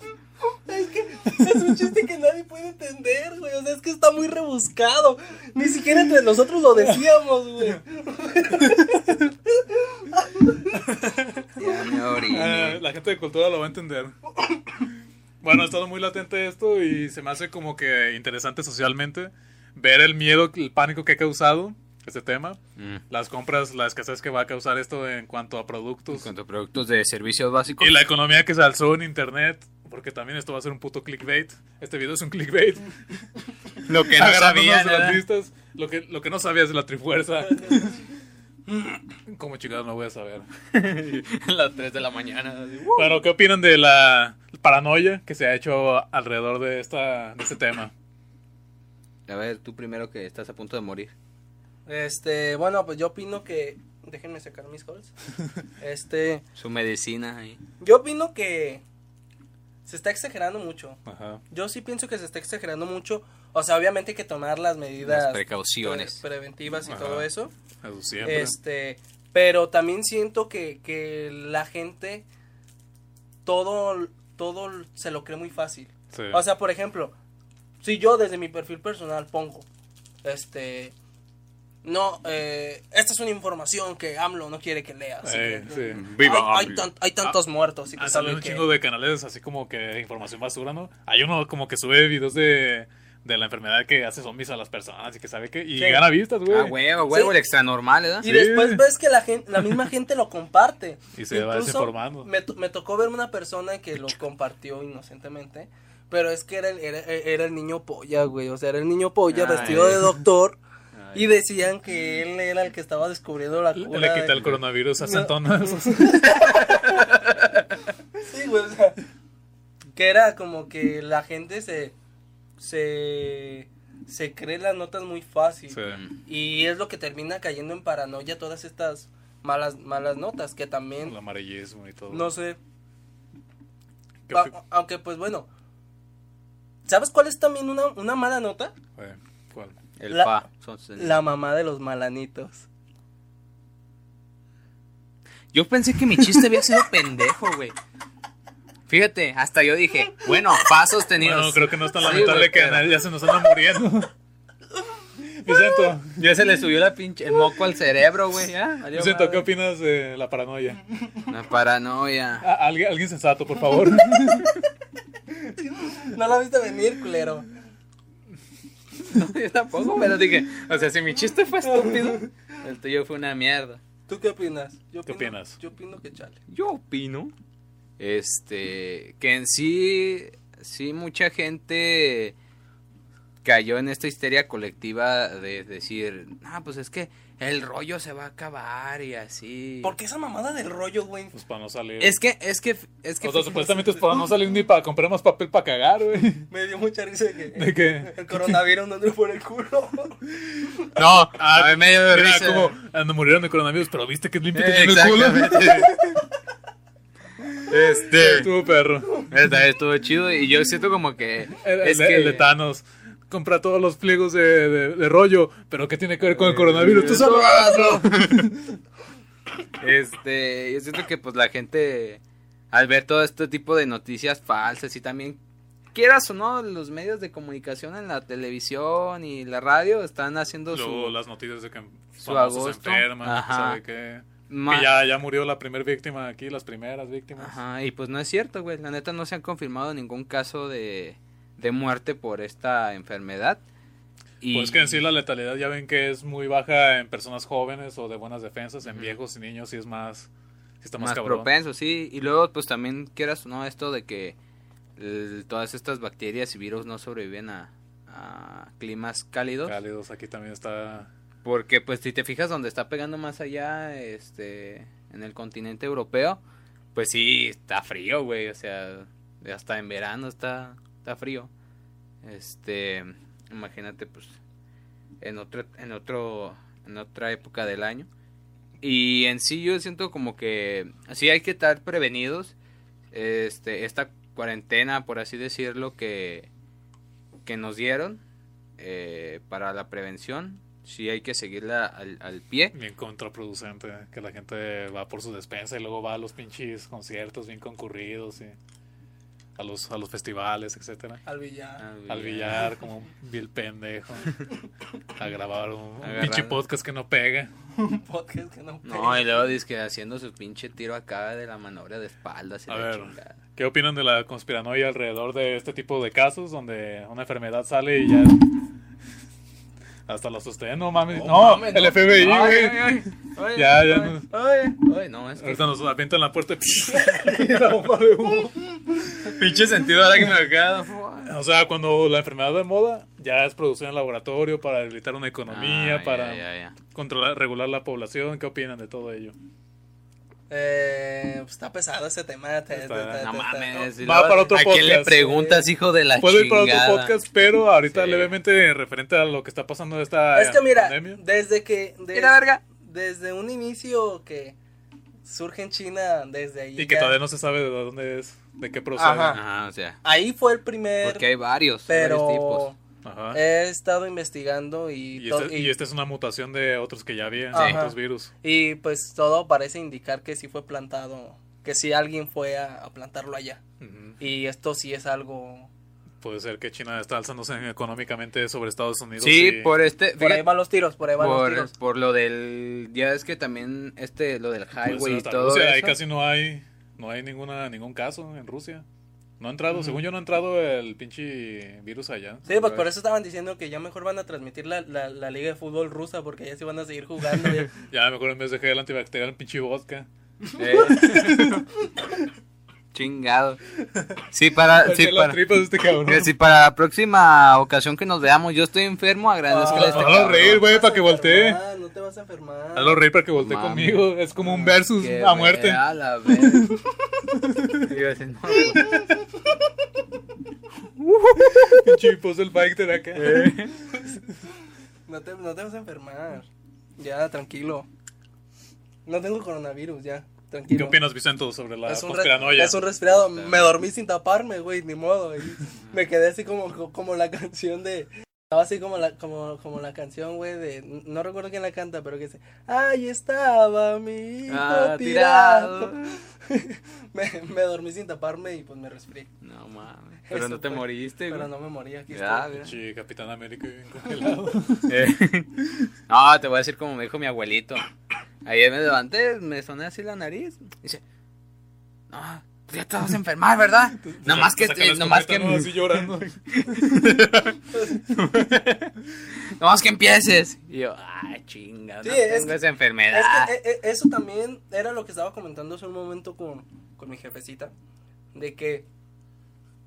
S1: Es que es un chiste que nadie puede entender, güey. O sea, es que está muy rebuscado. Ni siquiera entre nosotros lo decíamos, güey.
S3: Ya me
S2: Ah,
S3: oriné.
S2: la gente de cultura lo va a entender. [coughs] Bueno, ha estado muy latente esto y se me hace como que interesante socialmente ver el miedo, el pánico que ha causado este tema,
S3: Mm.
S2: las compras, la escasez que va a causar esto en cuanto a
S3: En
S2: productos
S3: cuanto a productos de servicios básicos.
S2: y la economía que se alzó en internet, porque también esto va a ser un puto clickbait. Este video es un clickbait.
S3: Lo [laughs] que no
S2: Agarrándonos
S3: sabían
S2: de las
S3: era-
S2: listas, lo que, lo que no sabías de la trifuerza. Como chicas no voy a saber.
S3: [laughs] a las 3 de la mañana.
S2: Bueno, ¿qué opinan de la paranoia que se ha hecho alrededor de esta de este tema?
S3: A ver, tú primero que estás a punto de morir.
S1: Este, bueno, pues yo opino que. Déjenme sacar mis calls. Este,
S3: Su medicina ahí.
S1: yo opino que. Se está exagerando mucho.
S2: Ajá.
S1: Yo sí pienso que se está exagerando mucho. O sea, obviamente hay que tomar las medidas.
S3: Las precauciones.
S1: pre- preventivas y
S2: Ajá.
S1: todo eso.
S2: Eso siempre.
S1: Este, pero también siento que, que la gente todo, todo se lo cree muy fácil.
S2: Sí.
S1: O sea, por ejemplo, si yo desde mi perfil personal pongo, este, no, eh, esta es una información que AMLO no quiere que leas.
S2: Eh,
S1: Hay-
S2: sí.
S1: hay, tan- hay tantos muertos y
S2: Han
S1: que
S2: salido
S1: saben
S2: ah, un
S1: que...
S2: chingo de canales así como que de información basura, ¿no? Hay uno como que sube videos de, de la enfermedad que hace zombies a las personas y que sabe que... Y
S1: Sí.
S2: gana vistas, güey.
S3: Ah, huevo, huevo,
S1: Sí.
S3: el extra normal, ¿verdad?
S1: Y
S2: Sí.
S1: después ves que la, gen- la misma gente lo comparte.
S2: Y se va desinformando.
S1: Me, to- me tocó ver una persona que
S2: [laughs]
S1: lo compartió inocentemente. Pero es que era el, era, era el niño polla, güey. O sea, era el niño polla
S3: Ay.
S1: vestido de doctor.
S3: Ay.
S1: Y decían que él era el que estaba descubriendo la
S2: Le-
S1: cura.
S2: Le quita
S1: de-
S2: el coronavirus a
S1: No. [laughs]
S2: Santonas.
S1: Sí, güey, o sea, que era como que la gente se se se cree las notas muy fácil
S2: Sí.
S1: y es lo que termina cayendo en paranoia todas estas malas malas notas que
S2: El
S1: también
S2: amarillismo y todo.
S1: no sé,
S2: ¿Qué
S1: a-
S2: opi-
S1: aunque pues bueno. ¿Sabes cuál es también una, una mala nota?
S2: Eh, ¿Cuál?
S3: El
S1: La-
S3: pa. Son- son-
S1: La mamá de los malanitos.
S3: Yo pensé que mi chiste había sido pendejo, güey. Fíjate, hasta yo dije, bueno, pa sostenidos.
S2: Bueno, creo que no es tan
S3: Sí,
S2: lamentable
S3: güey,
S2: que
S3: pero-
S2: nadie- ya se nos anda muriendo.
S1: [laughs]
S2: Vicento,
S3: Ya se le subió la pinche, el moco al cerebro, güey. ya, valió
S2: Vicento, ¿qué
S3: madre.
S2: opinas de la paranoia?
S3: La paranoia.
S2: Ah, alguien, alguien sensato, por favor.
S1: No la viste venir, culero.
S3: No, [laughs] yo tampoco, pero dije, o sea, si mi chiste fue estúpido, el tuyo fue una mierda.
S1: ¿Tú qué opinas? Yo
S2: ¿Qué
S1: opino-
S2: opinas?
S1: Yo opino que chale.
S3: Yo opino. Este. Que en sí. Sí, mucha gente cayó en esta histeria colectiva de decir. Ah, pues es que el rollo se va a acabar y así.
S1: ¿Por qué esa mamada del rollo, güey?
S2: Pues para no salir.
S3: Es que, es que, es que.
S2: o sea, supuestamente es para no salir ni para comprar más papel para cagar, [laughs] güey.
S1: Me dio mucha risa de que
S2: ¿De qué?
S1: el coronavirus no entró por el culo.
S3: No, a mí me dio
S2: Mira,
S3: risa.
S2: Ah, como ah, no murieron de coronavirus, pero viste que es limpio que
S3: Eh,
S2: tiene el [laughs] culo.
S3: [laughs] exactamente. Este.
S2: Estuvo perro.
S3: Esta vez estuvo chido y yo siento como que.
S2: El,
S3: es
S2: el-
S3: que.
S2: el de Thanos. Compra todos los pliegos de, de- de rollo, pero ¿qué tiene que ver con
S3: Eh,
S2: el coronavirus? Tú solo hazlo.
S3: Este, yo siento que pues la gente al ver todo este tipo de noticias falsas y también quieras o no, los medios de comunicación en la televisión y la radio están haciendo
S2: Luego
S3: su...
S2: las noticias de que
S3: su
S2: famosos se
S3: agosto.
S2: enferman,
S3: Ajá.
S2: ¿sabe qué?
S3: ma-
S2: Que ya, ya murió la primera víctima aquí, las primeras víctimas.
S3: Ajá, y pues no es cierto, güey. La neta no se han confirmado ningún caso de, de muerte por esta enfermedad. Y...
S2: Pues que en sí la letalidad ya ven que es muy baja en personas jóvenes o de buenas defensas, en
S3: Ujú.
S2: viejos y niños sí es más, sí está más,
S3: más
S2: cabrón.
S3: propenso, sí. Y luego, pues también quieras o no, esto de que el- todas estas bacterias y virus no sobreviven a, a climas cálidos.
S2: Cálidos, aquí también está
S3: Porque, pues, si te fijas donde está pegando más allá, este, en el continente europeo, pues sí, está frío, güey. O sea, hasta en verano está, está frío. Este, imagínate, pues, en otro, en otro, en otra época del año. Y en sí yo siento como que sí hay que estar prevenidos. Este, esta cuarentena, por así decirlo, que, que nos dieron eh, para la prevención, sí hay que seguirla al, al pie.
S2: bien contraproducente, que la gente va por su despensa y luego va a los pinches conciertos bien concurridos y a los, a los festivales, etcétera.
S1: Al villano.
S3: Ah,
S2: Al billar, como un vil [laughs] pendejo. A grabar un, un
S3: Agarrando.
S2: pinche podcast que no pega.
S1: Un podcast que no.
S3: No, y luego dice que haciendo su pinche tiro acá de la maniobra de espaldas. y
S2: A
S3: la
S2: ver.
S3: chingada.
S2: ¿Qué opinan de la conspiranoia alrededor de este tipo de casos donde una enfermedad sale y ya hasta la sostienen? No mames,
S1: No
S2: no,
S1: mames,
S2: el
S1: no.
S2: FBI,
S3: Ay,
S2: güey.
S3: ay, ay. Ay,
S2: Ya, ya
S3: ay, ay, ay, no,
S2: [laughs]
S3: es que-
S2: Ahorita nos avientan la
S1: [laughs]
S2: puerta [laughs] y la bomba de humo.
S3: Pinche sentido ahora que me acaba.
S2: O sea, cuando la enfermedad de moda ya es producida en laboratorio para debilitar una economía,
S3: Ah,
S2: para
S3: ya, ya, ya.
S2: controlar, regular la población. ¿Qué opinan de todo ello?
S1: Eh, pues, está pesado ese tema. te- te-
S2: Está-
S1: te- te-
S3: No
S1: te-
S3: mames. y
S2: Va
S3: luego,
S2: para otro
S3: ¿A quién le
S2: podcast.
S3: preguntas, hijo de la
S2: Puedo ir para
S3: chingada?
S2: otro podcast, pero ahorita
S3: Sí.
S2: levemente referente a lo que está pasando de esta
S1: Es que mira,
S2: pandemia.
S1: desde que. de-
S3: Mira, verga.
S1: Desde un inicio que surge en China, desde ahí.
S2: Y que
S1: ya-
S2: todavía no se sabe de dónde es, de qué procede.
S1: Ajá.
S3: Ajá, o sea.
S1: Ahí fue el primer.
S3: Porque hay varios,
S1: pero.
S3: varios tipos. Ah.
S2: Ajá.
S1: He estado investigando Eh, y,
S2: Y,
S1: to-
S2: este,
S1: y-
S2: y esta es una mutación de otros que ya había,
S1: Sí.
S2: otros
S1: Ajá.
S2: virus.
S1: y, pues todo parece indicar que sí fue plantado, que sí alguien fue a, a plantarlo allá.
S2: Ujú.
S1: Y esto sí es algo...
S2: Puede ser que China está alzándose económicamente sobre Estados Unidos.
S3: Sí,
S2: y-
S3: por este.
S1: Por ahí
S3: fíjate,
S1: van los tiros, por ahí van los tiros.
S3: por, por lo del. Ya es que también este, lo del
S2: puede ser
S3: highway y
S2: Pues, hasta
S3: todo.
S2: Rusia. Ahí
S3: eso.
S2: casi no hay, no hay ninguna, ningún caso en Rusia. No ha entrado,
S1: Ujú.
S2: según yo no ha entrado el pinche virus allá.
S1: Sí, pues por eso estaban diciendo que ya mejor van a transmitir la, la, la liga de fútbol rusa porque ya sí van a seguir jugando. ya.
S2: Ya mejor en vez de gel antibacterial, el pinche vodka.
S3: Eh.
S2: [laughs]
S3: Chingado. Sí, para. Sí,
S2: Échale las
S3: para.
S2: tripas de este cabrón.
S3: que Si para la próxima ocasión que nos veamos yo estoy enfermo, agradezco a
S1: Ah,
S3: este
S2: hazlo
S3: cabrón.
S2: reír, güey,
S1: No te vas
S2: para
S1: a
S2: que voltee.
S1: enfermar, No te vas a enfermar.
S2: Hazlo reír para que voltee
S3: Mami. Ah,
S2: conmigo. Es como un versus
S3: Qué
S2: pues, a muerte.
S3: verga, a la verga. Y yo así, no, güey.
S2: [laughs] Pinche pos el bike de acá.
S1: No te, no te vas a enfermar. Ya, tranquilo. No tengo coronavirus, ya. Tranquilo.
S2: ¿Qué opinas, Vicento, sobre la
S1: Es un, re-
S2: conspiranoia?
S1: es un resfriado. Me dormí sin taparme, güey, ni modo. y me quedé así como, co- como la [laughs] canción de. Estaba así como la, como, como la canción, güey, de. No recuerdo quién la canta, pero que dice. Ahí estaba mi hijo
S3: Ah,
S1: tirado.
S3: tirado.
S1: [laughs] Me, me dormí sin taparme y pues me resfrié.
S3: No mames. Pero
S1: Eso
S3: no te
S1: fue.
S3: moriste, güey.
S1: Pero no me morí aquí.
S3: Ya,
S1: estoy.
S3: mira.
S2: Pinche Capitán América bien congelado.
S3: Eh, No, te voy a decir como me dijo mi abuelito. Ayer me levanté, me soné así la nariz. Dice, no, tú ya te vas a enfermar, ¿verdad? Nomás que,
S2: Saca la
S3: eh, nomás que,
S2: escopeta, ¿no? Así llorando.
S3: nomás que empieces. Y yo, ah, chinga, no
S1: Sí, es
S3: tengo
S1: que-
S3: esa
S1: Es
S3: enfermedad.
S1: que eh, eh, eso también era lo que estaba comentando hace un momento con, con mi jefecita. De que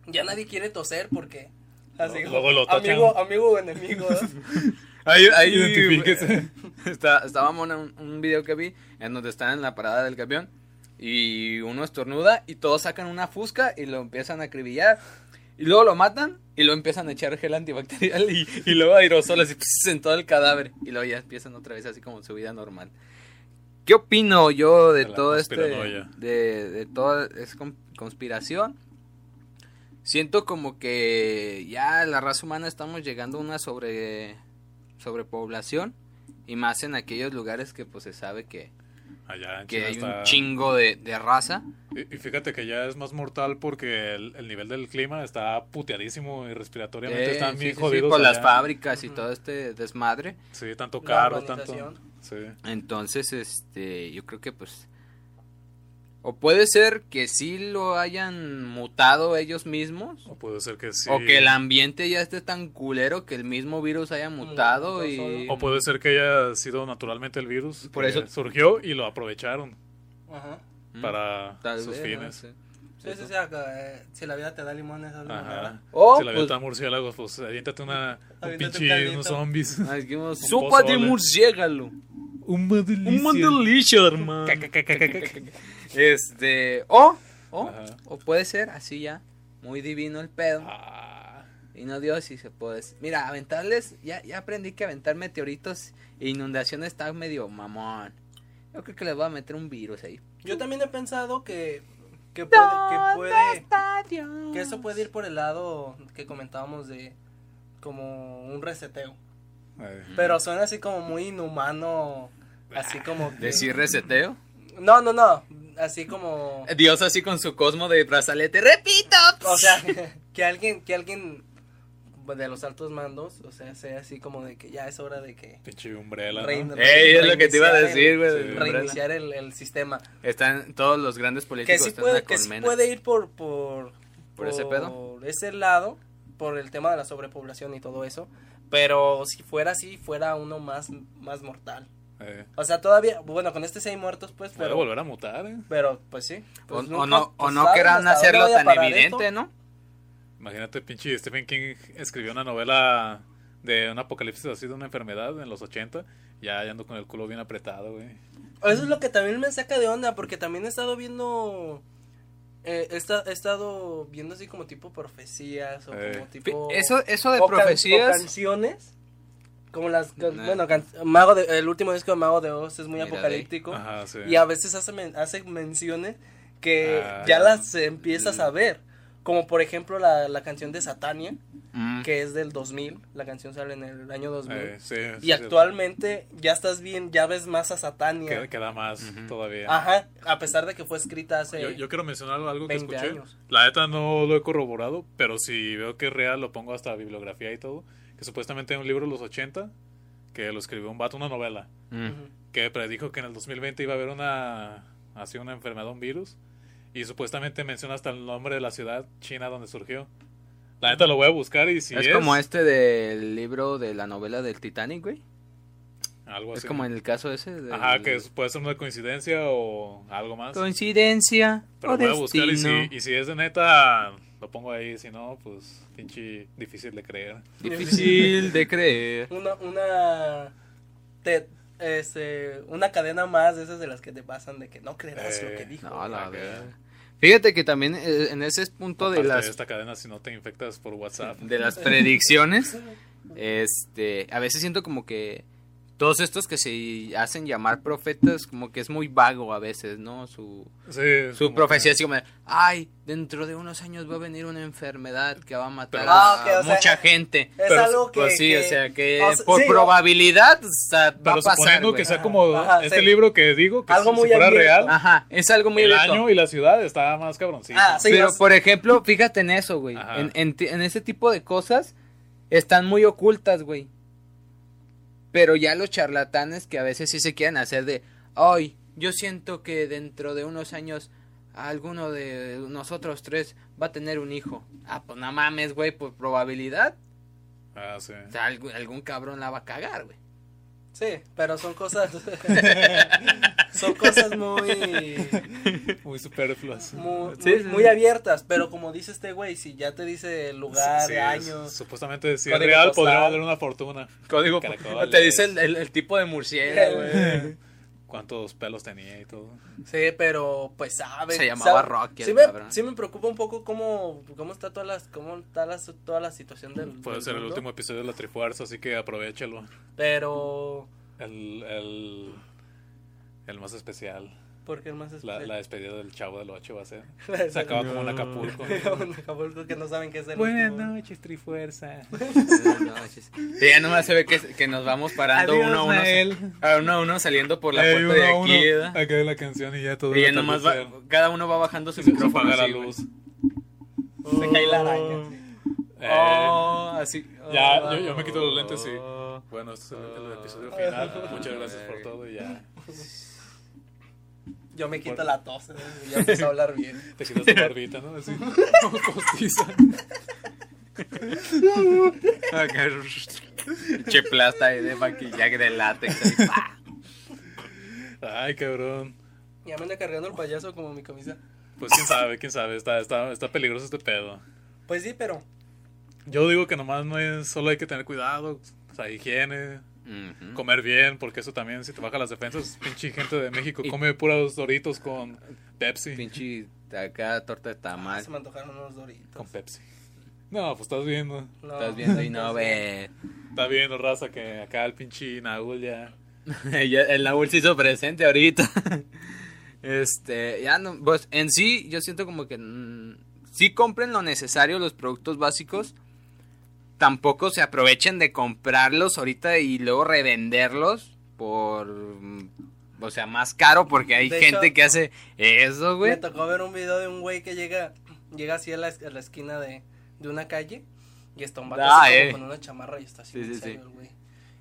S1: ya nadie quiere toser porque. Así
S2: Luego-
S1: como,
S2: luego lo tocan.
S1: amigo, amigo o enemigo.
S3: [laughs]
S1: ¿no?
S3: Ahí, ahí-
S2: Identifíquese.
S3: [laughs] Está- estaba mona un, un video que vi en donde están en la parada del camión y uno estornuda y todos sacan una fusca y lo empiezan a acribillar y luego lo matan y lo empiezan a echar gel antibacterial y, y luego aerosol así pss, en todo el cadáver y luego ya empiezan otra vez así como su vida normal. ¿Qué opino yo de,
S2: De la
S3: todo este
S2: conspiranoia.
S3: de, de toda esa con- conspiración? Siento como que ya la raza humana estamos llegando a una sobre sobrepoblación y más en aquellos lugares que pues se sabe que
S2: [laughs] Allá en
S3: que
S2: China
S3: hay
S2: está-
S3: un chingo de, de raza.
S2: Y y fíjate que ya es más mortal porque el, el nivel del clima está puteadísimo y respiratoriamente
S3: Eh,
S2: están
S3: sí,
S2: bien
S3: sí, sí,
S2: jodidos.
S3: por las
S2: allá.
S3: fábricas y
S1: Ujú.
S3: todo este desmadre.
S2: Sí, tanto
S1: La
S2: carro, tanto.
S1: urbanización.
S2: Sí.
S3: Entonces, este, yo creo que pues... O puede ser que sí lo hayan mutado ellos mismos.
S2: O puede ser que sí.
S3: O que el ambiente ya esté tan culero que el mismo virus haya mutado
S1: mutó
S3: y...
S1: Mm, solo.
S2: O puede ser que haya sido naturalmente el virus.
S3: Por
S2: que
S3: eso-
S2: surgió y lo aprovecharon
S1: Ajá.
S3: Mm,
S2: para
S3: tal
S2: sus
S3: vez, ¿no?
S2: fines.
S3: Sí.
S1: Sí, sí, sí, acá, eh, si la vida te da limones, hazlo
S2: Ajá.
S1: naranja.
S3: O,
S2: si la
S3: pues- [laughs]
S2: avientan murciélagos, pues aviéntate una, un
S1: Aviéntate un
S2: pinche
S1: caldito.
S2: unos zombies.
S3: Ah, dijimos,
S2: Un
S3: sopa de
S2: pozole.
S3: murciélago.
S2: [laughs] un
S3: Un delicia, hermano. Este, o, o,
S2: Ajá.
S3: o puede ser así ya, muy divino el pedo.
S2: Ah,
S3: Y no Dios, si se puede. Mira, aventarles, ya, ya aprendí que aventar meteoritos e inundaciones está medio mamón. Yo creo que les voy a meter un virus ahí.
S1: Yo también he pensado que, que puede, que puede-
S3: está Dios?
S1: que eso puede ir por el lado que comentábamos de como un reseteo.
S2: eh,
S1: Pero suena así como muy inhumano,
S2: Ah,
S1: así como... que-
S3: ¿Decir reseteo?
S1: No, no, no, así como...
S3: Dios así con su cosmo de brazalete. ¡Repito!
S1: O sea, [laughs] que alguien, que alguien de los altos mandos, o sea, sea así como de que ya es hora de que
S2: pinche umbrella. ¿no?
S1: rein-
S3: Ey, es lo que te iba a
S1: reiniciar
S3: decir,
S1: el-
S3: güey.
S2: sí,
S3: del umbrella.
S1: Reiniciar el, el sistema.
S3: Están todos los grandes
S1: Que
S3: políticos.
S1: sí
S3: están
S1: puede,
S3: Este en la
S1: que sí
S3: colmena.
S1: puede ir por, por,
S3: ¿Por ese pedo?
S1: por ese lado, por el tema de la sobrepoblación y todo eso. Pero si fuera así, fuera uno más, más mortal.
S2: Eh,
S1: O sea, todavía, bueno, con este seis muertos, pues,
S2: puede
S1: pero,
S2: volver a mutar, eh.
S1: pero pues sí.
S3: O,
S1: Pues,
S3: o
S1: nunca-
S3: no, o
S1: pues,
S3: no
S1: ¿sabes
S3: querrán
S1: hasta dónde
S3: hacerlo
S1: vaya a
S3: tan
S1: parar
S3: evidente,
S1: esto?
S3: ¿no?
S2: Imagínate, pinche Stephen King escribió una novela de un apocalipsis así de una enfermedad en los 80. Ya, ya ando con el culo bien apretado, güey.
S1: Eso es lo que también me saca de onda, porque también he estado viendo. eh, he, esta- he estado viendo así como tipo profecías o
S2: Eh.
S1: como tipo.
S3: Eso, eso de
S1: o can- o
S3: profecías.
S1: canciones. Como las. can-
S3: Nah.
S1: Bueno, can- Mago de- el último disco de Mago de Oz es muy
S3: Mira,
S1: apocalíptico.
S2: Ajá, sí.
S1: Y a veces hace, men- hace menciones que
S2: Ah,
S1: ya
S2: ya.
S1: las empiezas a
S3: Mm.
S1: ver. Como por ejemplo la, la canción de Satania,
S3: Mm.
S1: que es del 2000. La canción sale en el año 2000.
S2: Eh, sí, sí,
S1: y actualmente ya estás bien, ya ves más a
S2: sí.
S1: Satania.
S2: Queda, queda más
S3: Ujú.
S2: todavía.
S1: Ajá, a pesar de que fue escrita hace...
S2: Yo, yo quiero mencionar algo que
S1: 20
S2: escuché.
S1: años.
S2: La neta no lo he corroborado, pero si veo que es real, lo pongo hasta bibliografía y todo. Que supuestamente hay un libro de los 80 que lo escribió un vato, una novela,
S3: Mm.
S1: Ujú.
S2: que predijo que en el 2020 iba a haber una. así una enfermedad, un virus. Y supuestamente menciona hasta el nombre de la ciudad china donde surgió. La neta lo voy a buscar y si es.
S3: es como este del libro de la novela del Titanic, güey.
S2: Algo
S3: Es
S2: así.
S3: como en el caso ese. del-
S2: Oh, Ajá, que es- puede ser una coincidencia o algo más.
S3: Coincidencia.
S2: Pero
S3: o
S2: voy a buscar y
S3: oh, destino.
S2: si, y si es de neta, lo pongo ahí. Si no, pues pinche difícil de creer.
S3: [laughs] Difícil de creer.
S1: Una, una, te- este, una cadena más de esas de las que te pasan de que no creerás
S2: Eh,
S1: lo que dijo.
S3: No, la
S2: acá.
S3: verga. Fíjate que también eh, en ese punto de
S2: Aparte
S3: las
S2: de esta cadena, si no te infectas por WhatsApp.
S3: de las predicciones, este, a veces siento como que todos estos que se hacen llamar profetas, como que es muy vago a veces, ¿no? Su,
S2: Sí,
S3: su
S2: como
S3: profecía
S2: que-
S3: es como, de, ay, dentro de unos años va a venir una enfermedad que va a matar
S2: Pero-
S3: a
S1: Ah, ok, o sea,
S3: mucha gente.
S1: es algo que-
S3: Pues sí,
S1: que-
S3: o sea, que
S1: o sea,
S3: por
S1: sí, o-
S3: probabilidad o sea, va
S2: Pero
S3: a pasar,
S2: suponiendo
S3: güey.
S2: que sea
S1: Ajá,
S2: como
S1: ajá,
S2: este
S1: sí.
S2: libro que digo, que
S1: Algo
S2: si,
S1: muy
S2: si fuera
S1: abierto.
S2: real,
S3: Ajá, es algo muy
S2: el
S3: abierto.
S2: año y la ciudad está más cabroncito.
S1: Ah, sí.
S3: Pero,
S1: vas-
S3: por ejemplo, fíjate en eso, güey.
S2: Ajá.
S3: En, en, ti- en ese tipo de cosas están muy ocultas, güey. Pero ya los charlatanes que a veces sí se quieren hacer de, ay, yo siento que dentro de unos años alguno de nosotros tres va a tener un hijo. Ah, pues no mames, güey, por probabilidad.
S2: Ah, sí.
S3: o sea, algún, algún cabrón la va a cagar, güey.
S1: Sí, pero son cosas... [laughs] son cosas muy...
S2: Muy
S3: [laughs]
S2: superfluas.
S1: Muy,
S3: Sí,
S1: muy-
S3: sí,
S1: muy
S3: sí.
S1: abiertas, pero como dice este güey, si ya te dice el lugar,
S2: Sí, sí,
S1: años...
S2: Supuestamente, si es
S1: Código
S2: real,
S1: postal.
S2: podría valer una fortuna.
S3: Código.
S2: Caracoles.
S3: Te dicen el, el tipo de
S2: [laughs]
S3: murciélago, güey.
S2: Cuántos pelos tenía y todo.
S1: Sí, pero pues sabe.
S3: Se llamaba
S1: sabe.
S3: Rocky, el
S1: Sí me,
S3: cabrón.
S1: sí me preocupa un poco cómo, cómo está todas las, cómo está la, toda la situación del.
S2: Puede
S1: del
S2: ser el
S1: mundo,
S2: último episodio de la Trifuerza, así que aprovechalo.
S1: Pero
S2: El, el, el más especial.
S1: Porque el más [laughs]
S2: La,
S1: especial.
S2: la despedida del chavo del 8 va a ser.
S1: La de-
S2: Se acaba como en Acapulco.
S3: [laughs]
S1: Como en Acapulco, que no saben qué es el
S2: Buenas
S1: último.
S2: noches, Trifuerza.
S1: [laughs]
S3: Sí, ya nomás se ve que, que nos vamos parando
S2: Adiós,
S3: uno a uno.
S2: Nael.
S3: a uno a uno saliendo por la
S2: Ey, uno
S3: puerta de
S2: a uno,
S3: aquí. ¿verdad?
S2: acá de la canción y ya todo.
S3: Y ya
S2: el
S3: nomás
S2: atardecer.
S3: va, cada uno va
S2: [laughs]
S3: bajando su
S2: Se
S3: micrófono.
S2: apaga la
S3: así, güey.
S2: luz.
S3: Se cae la araña. sí.
S2: Eh,
S3: Oh, así.
S2: Ya,
S3: oh,
S2: yo- yo me quito los lentes, sí.
S3: oh.
S2: Bueno, este es el, el episodio
S3: Ah,
S2: final. Muchas gracias por
S3: verga.
S2: todo y [laughs] ya.
S1: Yo me quito la tos. Y ya empiezo a hablar bien.
S2: Te quitas tu barbita, ¿no? Así, como costiza.
S3: [laughs] Acá, Che plasta ahí de maquillaje de látex. ahí, pa.
S2: Ay, cabrón.
S1: [laughs] Ya me anda cargando el payaso como mi camisa.
S2: Pues quién sabe, quién sabe. Está, está, está peligroso este pedo.
S1: Pues sí, pero.
S2: Yo digo que nomás no es, solo hay que tener cuidado. O sea, higiene,
S3: Ujú.
S2: comer bien, porque eso también, si te baja las defensas, pinche gente de México
S3: Y-
S2: come puros doritos con Pepsi.
S3: Pinche acá torta de
S1: Ah,
S3: tamal.
S1: se me antojaron unos doritos.
S2: Con Pepsi. No, pues estás viendo.
S1: No,
S3: Estás viendo y
S1: [laughs]
S3: no
S1: entonces,
S3: ves.
S2: Está viendo, raza, que acá el pinche Naúl [laughs] ya.
S3: [laughs] Ya, el Nahuel se hizo presente ahorita. [laughs] Este, ya no, pues en sí yo siento como que mm, sí compren lo necesario, los productos básicos. Tampoco se aprovechen de comprarlos ahorita y luego revenderlos por mm, o sea, más caro porque hay
S1: De
S3: gente
S1: hecho-
S3: que hace eso,
S1: Me
S3: güey.
S1: tocó ver un video de un güey que llega, llega así a la, a la esquina de, de una calle y está un vato
S3: Ah,
S1: así como
S3: eh.
S1: con una chamarra y está así
S3: Sí,
S1: bien
S3: sí, sí.
S1: serio el güey.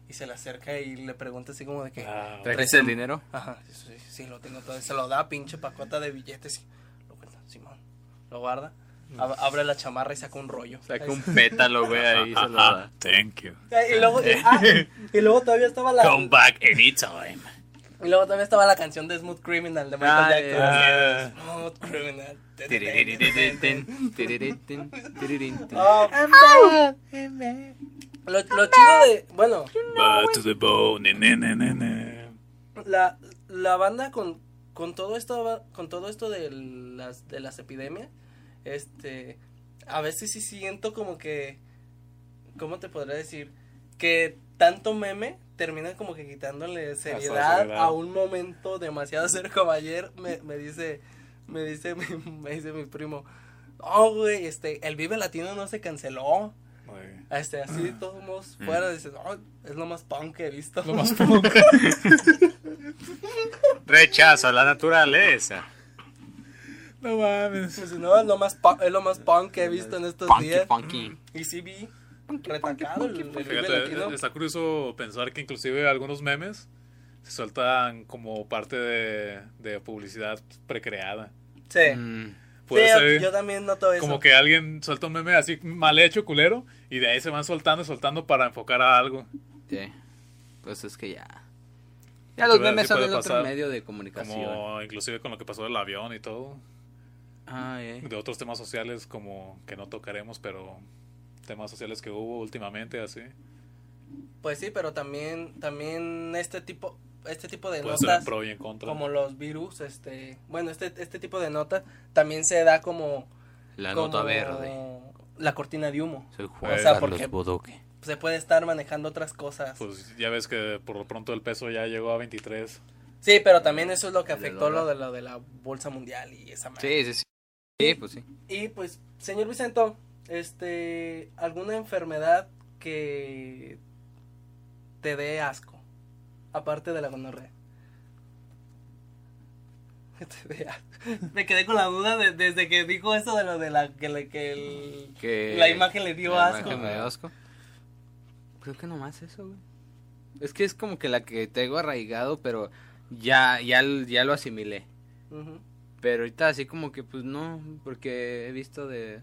S1: Y se le acerca y le pregunta así como de que,
S2: Ah,
S3: ¿Trajiste el dinero?
S1: ajá, sí, sí, sí, lo tengo todo. Se lo da pinche pacota de billetes. y Lo cuenta, Simón, lo guarda, ab- abre la chamarra y saca un rollo. [laughs]
S3: Saca un pétalo, güey, ahí se lo da.
S2: Thank you.
S1: Y luego, y- ah, y luego todavía estaba la...
S3: back anytime.
S1: Y luego también estaba la canción de Smooth Criminal de Michael
S3: Ah,
S1: Jackson.
S2: eh.
S1: Smooth Criminal.
S3: Tiririririririn, tiriririn, tiririn, tin.
S1: Ah, lo, lo chido de. Bueno,
S2: to the bone, ne, ne, ne, ne.
S1: la, la banda con, con todo esto con todo esto de las, de las epidemias, este. A veces sí siento como que. ¿Cómo te podría decir? Que tanto meme termina como que quitándole seriedad,
S2: seriedad.
S1: a un momento demasiado serio. Como ayer me, me dice. Me dice mi, [laughs] me dice mi primo. Oh, güey, este, el Vive Latino no se canceló.
S2: Ay.
S1: Este, así de todos modos fuera, dices, "Oh, es lo más punk que he visto.
S2: Lo más [laughs] punk.
S3: Rechazo a la naturaleza.
S2: No mames.
S1: Pues, no, es lo más, pu- es lo más punk que he visto en estos días. mm,
S3: funky.
S1: Y sí vi retacado el, el Vive Latino.
S2: Fíjate, está curioso pensar que inclusive algunos memes se sueltan como parte de, de publicidad precreada.
S1: Sí,
S3: Mm.
S2: Puede
S1: Sí,
S2: ser
S1: yo también noto eso.
S2: como que alguien suelta un meme así mal hecho, culero, y de ahí se van soltando y soltando para enfocar a algo.
S3: Sí. Pues es que ya. Ya los
S2: Pero
S3: memes
S2: sí
S3: son
S2: puede
S3: el otro
S2: pasar
S3: medio de comunicación.
S2: Como inclusive con lo que pasó del avión y todo.
S3: Ah, eh.
S2: De otros temas sociales como que no tocaremos, pero temas sociales que hubo últimamente así.
S1: Pues sí, pero también, también este tipo, este tipo de
S2: Puede ser en
S1: notas,
S2: pro y en contra.
S1: como los virus, este, bueno, este, este tipo de nota también se da como,
S3: La
S1: como
S3: nota verde.
S1: la cortina de humo.
S3: Soy Juan
S2: O sea,
S3: Carlos
S1: porque-
S3: Bodoque.
S1: Se puede estar manejando otras cosas.
S2: Pues ya ves que por lo pronto el peso ya llegó a 23.
S1: Sí, pero también eso es lo que
S3: El del
S1: afectó lo
S3: dólar.
S1: de lo de la bolsa mundial y esa madre.
S3: Sí, sí, sí. Sí, pues sí.
S1: Y pues, señor Vicento, este, alguna enfermedad que te dé asco, aparte de la gonorrea. [laughs] Que te dé asco. Me quedé con la duda de- desde que dijo eso de lo de la que, le- que el-
S3: Que-
S1: la imagen le dio
S3: La
S1: asco.
S3: imagen me dio asco. Creo que nomás eso, güey. Es que es como que la que tengo arraigado, pero ya, ya, ya lo asimilé.
S1: Ujú.
S3: Pero ahorita así como que pues no, porque he visto de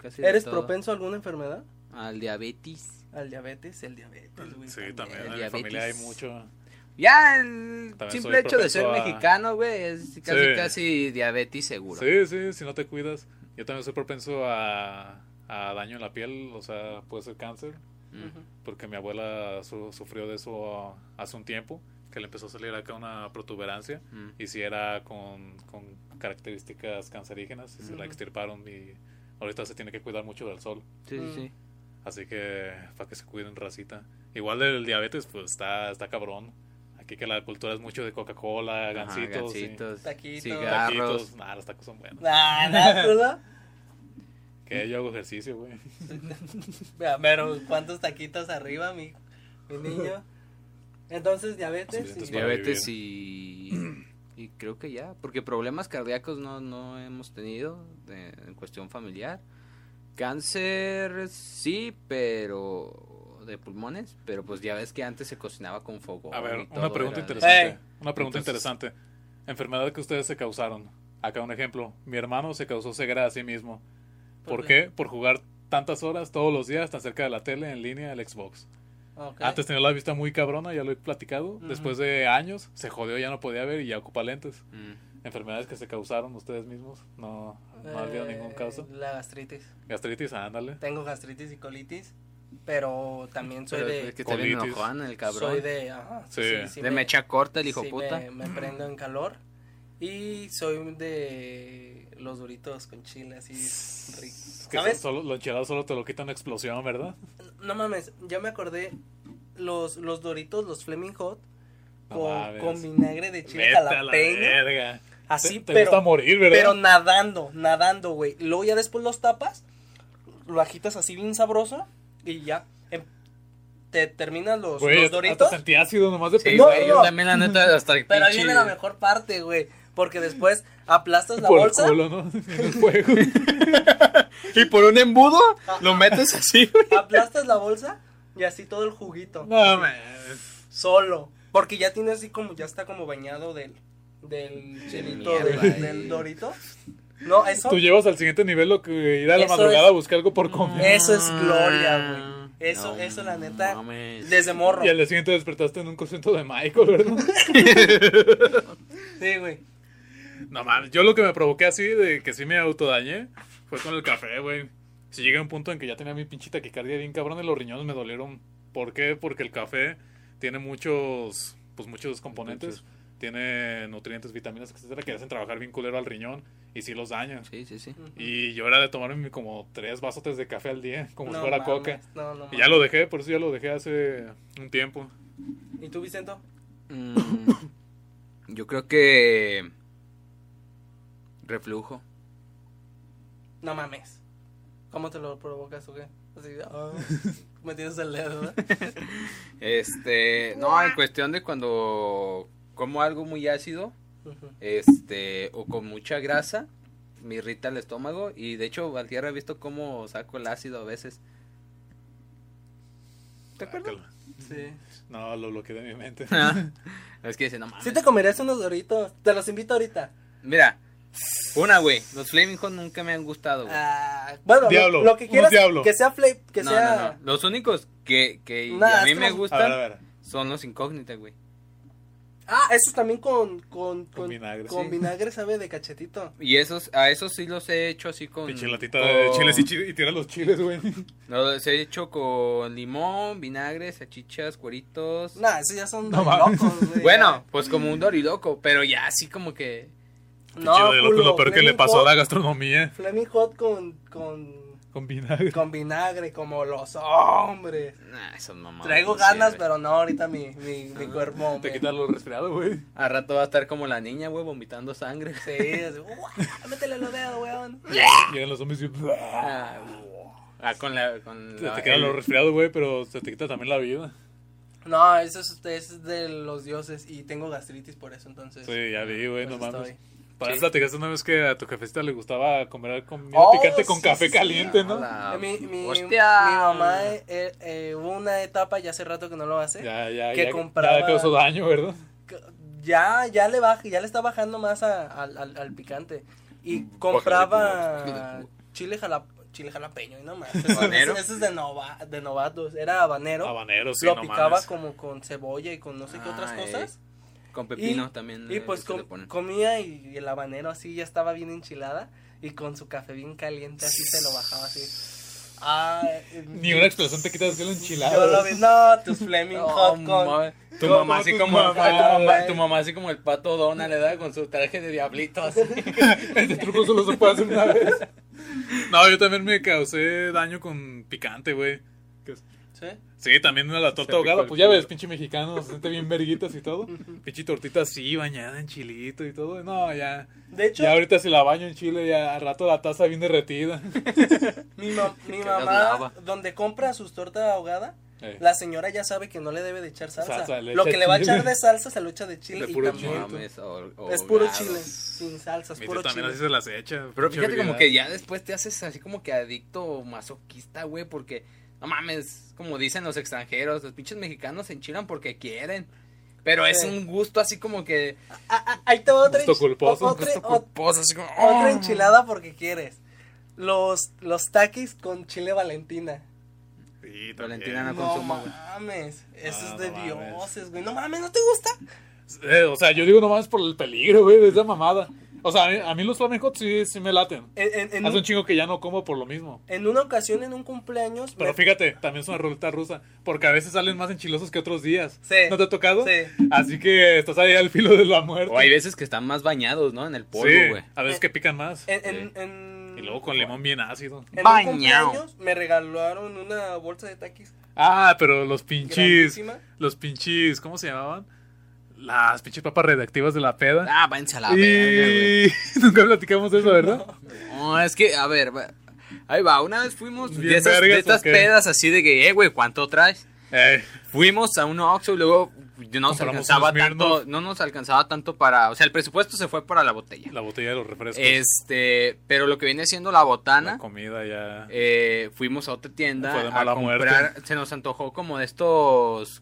S3: casi de
S1: ¿Eres
S3: todo.
S1: propenso a alguna enfermedad?
S3: al diabetes.
S1: Al diabetes, el diabetes, güey,
S2: Sí, también
S3: el
S2: en la
S3: diabetes.
S2: familia hay mucho.
S3: Ya el
S2: También
S3: simple
S2: soy
S3: hecho de ser
S2: propenso a-
S3: mexicano, güey, es casi
S2: Sí.
S3: casi diabetes seguro.
S2: Sí, sí, si no te cuidas. Yo también soy propenso a, a daño en la piel, o sea, puede ser cáncer,
S3: Mm.
S1: Ujú.
S2: porque mi abuela su- sufrió de eso hace un tiempo, que le empezó a salir acá una protuberancia,
S3: Mm.
S2: y si era con, con características cancerígenas, y se
S1: Ujú.
S2: la extirparon y ahorita se tiene que cuidar mucho del sol.
S3: Sí, sí,
S1: Mm.
S3: sí.
S2: Así que, para que se cuiden, racita. Igual del diabetes, pues está, está cabrón. Aquí Aquí que la cultura es mucho de Coca-Cola,
S3: Ajá,
S2: gancitos, sí.
S3: gancitos,
S1: Taquitos.
S3: cigarros.
S2: taquitos. Nah, los tacos son buenos.
S1: Nah, nah, Ah, ¿verdad?
S2: Que yo hago ejercicio, güey.
S1: Vea, Pero cuántos taquitos arriba, mi, mi niño. Entonces, diabetes.
S2: Los
S1: y-
S2: para
S3: diabetes y, y creo que ya, porque problemas cardíacos no, no hemos tenido de- en cuestión familiar. Cáncer sí, pero de pulmones, pero pues ya ves que antes se cocinaba con fuego.
S2: A ver,
S3: y todo
S2: una pregunta
S3: era de-
S2: interesante.
S1: Ey.
S2: Una pregunta
S3: Entonces-
S2: interesante. Enfermedad que ustedes se causaron. Acá un ejemplo. Mi hermano se causó ceguera a sí mismo. ¿Por,
S1: ¿Por
S2: qué? Por jugar tantas horas todos los días tan cerca de la tele, en línea, el Xbox.
S1: Ok.
S3: Ah,
S2: Antes tenía la vista muy cabrona, ya lo he platicado.
S1: Ujú.
S2: Después de años, se jodió, ya no podía ver y ya ocupa lentes.
S3: Mm,
S2: Enfermedades que se causaron ustedes mismos. No, no ha habido
S1: Eh,
S2: ningún caso.
S1: La gastritis.
S2: Gastritis, ándale.
S1: Tengo gastritis y colitis, pero también soy
S3: pero
S1: de...
S3: es que está bien
S2: colitis.
S3: enojón el cabrón.
S1: Soy de... Ajá,
S2: Sí.
S3: De mecha corta el hijo
S1: sí
S3: puta.
S1: Me, me prendo en calor. Y soy de los duritos con chile, así rico.
S2: Que
S1: ¿Sabes?
S2: Solo, lo enchilado solo te lo quita una explosión, ¿verdad?
S1: No mames, ya me acordé. Los, los doritos, los Fleming Hot,
S2: No
S1: con,
S2: mames.
S1: con vinagre de chile
S2: Vete a la
S1: jalapeño.
S2: verga.
S1: Así,
S2: te, te
S1: pero,
S2: gusta eh? morir, ¿verdad?
S1: pero nadando, nadando, güey. Luego ya después los tapas, lo agitas así bien sabroso y ya. Em, Te terminas los,
S2: Güey,
S1: los
S2: hasta-
S1: doritos.
S2: Hasta sentí ácido nomás de
S3: Sí,
S1: No,
S2: pensar.
S3: güey,
S1: no,
S3: yo
S1: no.
S3: también la neta hasta
S1: Pero ahí
S3: pinche-
S1: viene la mejor parte, güey. Porque después aplastas la
S2: por
S1: bolsa.
S2: el culo, ¿no? [laughs] En
S1: [laughs]
S2: el fuego.
S3: Y por un embudo lo metes así, güey.
S1: aplastas la bolsa y así todo el juguito.
S2: no, mames.
S1: Solo. Porque ya tiene así como, ya está como bañado del, del chilito,
S3: mierda,
S1: del,
S3: eh.
S1: del dorito. No, eso,
S2: Tú llevas al siguiente nivel lo que ir a la
S1: Eso
S2: madrugada
S1: es- Mm,
S2: a buscar algo por comer.
S1: eso es gloria, güey. Eso, eso la neta,
S3: mames.
S1: desde morro.
S2: Y al día siguiente despertaste en un concierto de Michael, ¿verdad?
S1: Sí, güey.
S2: No mames, yo lo que me provoqué así, de que sí me autodañé, fue con el café, güey. Si llegué a un punto en que ya tenía mi pinche taquicardia bien cabrón y los riñones me dolieron. ¿Por qué? Porque el café tiene muchos, pues muchos componentes. Tiene nutrientes, vitaminas, etcétera, que hacen trabajar bien culero al riñón y sí los dañan.
S3: Sí, sí, sí.
S2: Y yo era de tomarme como tres vasotes de café al día, como
S1: No
S2: si fuera
S1: mames,
S2: coca.
S1: No, no
S2: Y ya
S1: mames.
S2: lo dejé, por eso ya lo dejé hace un tiempo.
S1: ¿Y tú, Vicento?
S3: Mm, yo creo que reflujo.
S1: No mames. ¿Cómo te lo provocas o qué? Así,
S3: [laughs]
S1: ah, me tienes el dedo, ¿verdad?
S3: Este, no, en cuestión de cuando como algo muy ácido,
S1: Ujú.
S3: este, o con mucha grasa, me irrita el estómago y de hecho al tierra he visto cómo saco el ácido a veces. ¿Te acuerdas?
S2: Sácalo.
S1: Sí.
S2: Ah, No, lo bloqueé de mi mente.
S1: Ah.
S3: es que dice, no mames.
S1: Sí te comerías unos doritos. Te los invito ahorita.
S3: Mira, una güey, los Flaming Hot nunca me han gustado, güey.
S1: Ah, bueno,
S2: Diablo,
S1: lo, lo que
S2: unos
S1: quieras.
S2: diablo.
S1: Que sea flake, que
S3: No,
S1: sea.
S3: no, no. Los únicos que, que
S1: Nah,
S3: a mí
S1: es que
S3: me
S1: los-
S2: A
S3: gustan
S2: ver, a ver.
S3: son los incógnitas, güey.
S1: Ah, eso también con con,
S2: Con vinagre.
S1: con
S3: Sí.
S1: vinagre sabe de cachetito.
S3: Y esos, a esos sí los he hecho así con.
S2: Pinche latita de
S3: con-
S2: chiles y, chi- y tira los
S1: [laughs]
S2: chiles, güey.
S3: Los he hecho con limón, vinagre, sachichas, cueritos.
S1: Nah, esos ya son
S2: No mames.
S1: locos, güey.
S3: Bueno, pues como un doriloco, pero ya así como que.
S2: Pinche de loco, lo
S1: Julio,
S2: peor que le
S1: Flaming
S2: pasó a
S1: Hot-
S2: la gastronomía.
S1: Flaming Hot con con
S2: Con vinagre.
S1: [laughs] con vinagre como los hombres.
S3: Nah, esos mamadas
S1: Traigo
S3: no
S1: ganas,
S3: sirven.
S1: pero no ahorita mi mi, mi cuerpo.
S2: Te
S1: me-
S2: quitas los resfriados, güey.
S3: A rato va a estar como la niña, güey, vomitando sangre. [laughs]
S1: Sí, es- ¡Uah! métele los dedos, weón.
S2: Llegan los zombies y...
S3: Ah, ah, con la. Con
S2: Te,
S3: la-
S2: te quedan los
S3: el-
S2: resfriados, güey, pero se te quita también la vida.
S1: No, eso es, es de los dioses y tengo gastritis por eso entonces.
S2: Sí, ya vi, güey,
S1: pues
S2: no mames.
S1: estoy-
S2: Para
S1: Sí.
S2: eso platicaste una vez que a tu jefecita le gustaba comer comida
S1: Oh,
S2: picante con
S1: sí,
S2: café
S1: sí,
S2: caliente,
S3: Ah,
S2: ¿no?
S3: la-
S1: Eh, Mi, mi,
S3: Hostia.
S1: mi mamá eh, eh, hubo una etapa ya hace rato que no lo hace.
S2: Ya, ya,
S1: Que
S2: ya.
S1: compraba-
S2: Ya causó daño, ¿verdad?
S1: ya, ya le baja, ya le está bajando más a- al, al- al picante. Y
S3: Mm,
S1: compraba chile, jala- chile jalapeño, y no
S2: [laughs]
S1: más. Eso,
S3: Habanero.
S1: eso- eso es de, nova, de novatos, era habanero.
S2: Habanero, sí,
S1: lo
S2: no
S1: picaba
S2: mames.
S1: como con cebolla y con no sé qué otras
S3: Ah,
S1: cosas.
S3: Con pepino también.
S1: Y
S3: eh,
S1: pues
S3: se le
S1: com-
S3: ponen.
S1: comía y, y el habanero así ya estaba bien enchilada. Y con su café bien caliente así se lo bajaba así. Ah, eh,
S2: Ni una explosión te quita el
S1: Yo
S2: enchilado.
S1: lo vi, no, tus
S2: [laughs]
S1: Fleming
S3: Oh,
S1: Hot con-
S3: mame. Tu
S2: ¿Cómo
S3: mamá así
S2: tu
S3: como
S2: mamá,
S3: tu mamá-
S1: güey?
S3: tu mamá así como el pato Dona le da con su traje de diablito
S1: [laughs]
S3: así.
S2: Este truco solo se puede hacer una vez. No, yo también me causé daño con picante, güey.
S1: ¿Sí?
S2: Sí, también una la torta
S4: Se picó
S2: ahogada.
S4: el
S2: Pues ya ves,
S4: culo.
S2: pinche mexicano, se siente bien verguitas y todo. Pinche tortita así, bañada en chilito y todo. No, ya.
S1: De hecho,
S2: Ya ahorita si la baño en chile, ya al rato la taza viene derretida.
S1: mi,
S2: [laughs]
S1: ma- mi
S3: las
S1: mamá,
S3: lava.
S1: donde compra sus tortas ahogadas,
S2: Eh, [laughs]
S1: la señora ya sabe que no le debe de echar salsa.
S2: Salsa, le
S1: lo
S2: echa
S1: que le va a
S2: chile.
S1: echar de salsa se lo echa de chile
S2: De
S1: y
S2: puro
S1: también.
S2: chile.
S3: Mames, o-
S1: Es puro
S3: ahogados.
S1: chile, sin salsa, es
S2: mi tía
S1: puro
S2: Eh, también
S1: chile.
S2: así se las echa.
S3: Pero
S2: pinche
S3: fíjate como
S2: habilidad.
S3: que ya después te haces así como que adicto masoquista, güey, porque no mames, como dicen los extranjeros, los pinches mexicanos se enchilan porque quieren. Pero es
S1: Sí.
S3: un gusto así como que
S1: Ah, ah, ahí te va otra,
S2: Gusto
S1: enchi-
S2: culposo,
S1: otra-
S3: gusto
S1: o-
S3: culposo, así como, "Oh".
S1: otra enchilada porque quieres. Los, los taquis con chile valentina.
S2: Sí, también.
S3: Valentina
S1: No
S3: no consumo, güey.
S1: mames, eso
S2: Ah,
S1: es de
S2: no mames.
S1: dioses, güey. No mames, ¿no te gusta?
S2: Eh, o sea, yo digo nomás por el peligro, güey, de esa mamada. O sea, a mí, a mí los flamencos sí, sí me laten.
S1: En, en- en
S2: Hace
S1: un-
S2: un chingo que ya no como por lo mismo.
S1: en una ocasión, en un cumpleaños.
S2: Pero
S1: me-
S2: fíjate, también es una ruleta rusa, porque a veces salen más enchilosos que otros días.
S1: Sí.
S2: ¿No te ha tocado?
S1: Sí.
S2: Así que estás ahí al filo de la muerte.
S3: O hay veces que están más bañados, ¿no? En el polvo,
S2: sí,
S3: güey.
S2: a veces que pican más.
S1: en- en- en-
S2: Y luego
S1: eh,
S2: con limón bien ácido.
S1: en un
S3: Bañao.
S1: cumpleaños me regalaron una bolsa de taquis.
S2: Ah, pero los pinches.
S1: grandísima.
S2: Los pinches, ¿cómo se llamaban? Las pinches papas redactivas de la peda.
S3: Ah, váyanse a la verga, güey.
S2: y [laughs] nunca platicamos de eso, ¿verdad?
S3: No, es que, a ver, va- ahí va, una vez fuimos
S2: Bien
S3: de esas, de
S2: vergas,
S3: estas
S2: ¿o qué?
S3: pedas así de que, eh, güey, ¿cuánto traes?
S2: Eh,
S3: Fuimos a un Oxxo y luego no nos
S2: Compramos
S3: alcanzaba
S2: un Smirnoff.
S3: tanto, no nos alcanzaba tanto para, o sea, el presupuesto se fue para la botella.
S2: la botella de los refrescos.
S3: Este, pero lo que viene siendo la
S2: la
S3: botana,
S2: comida ya.
S3: eh, fuimos a otra tienda
S2: Fue de
S3: a
S2: mala
S3: comprar, se nos antojó como de estos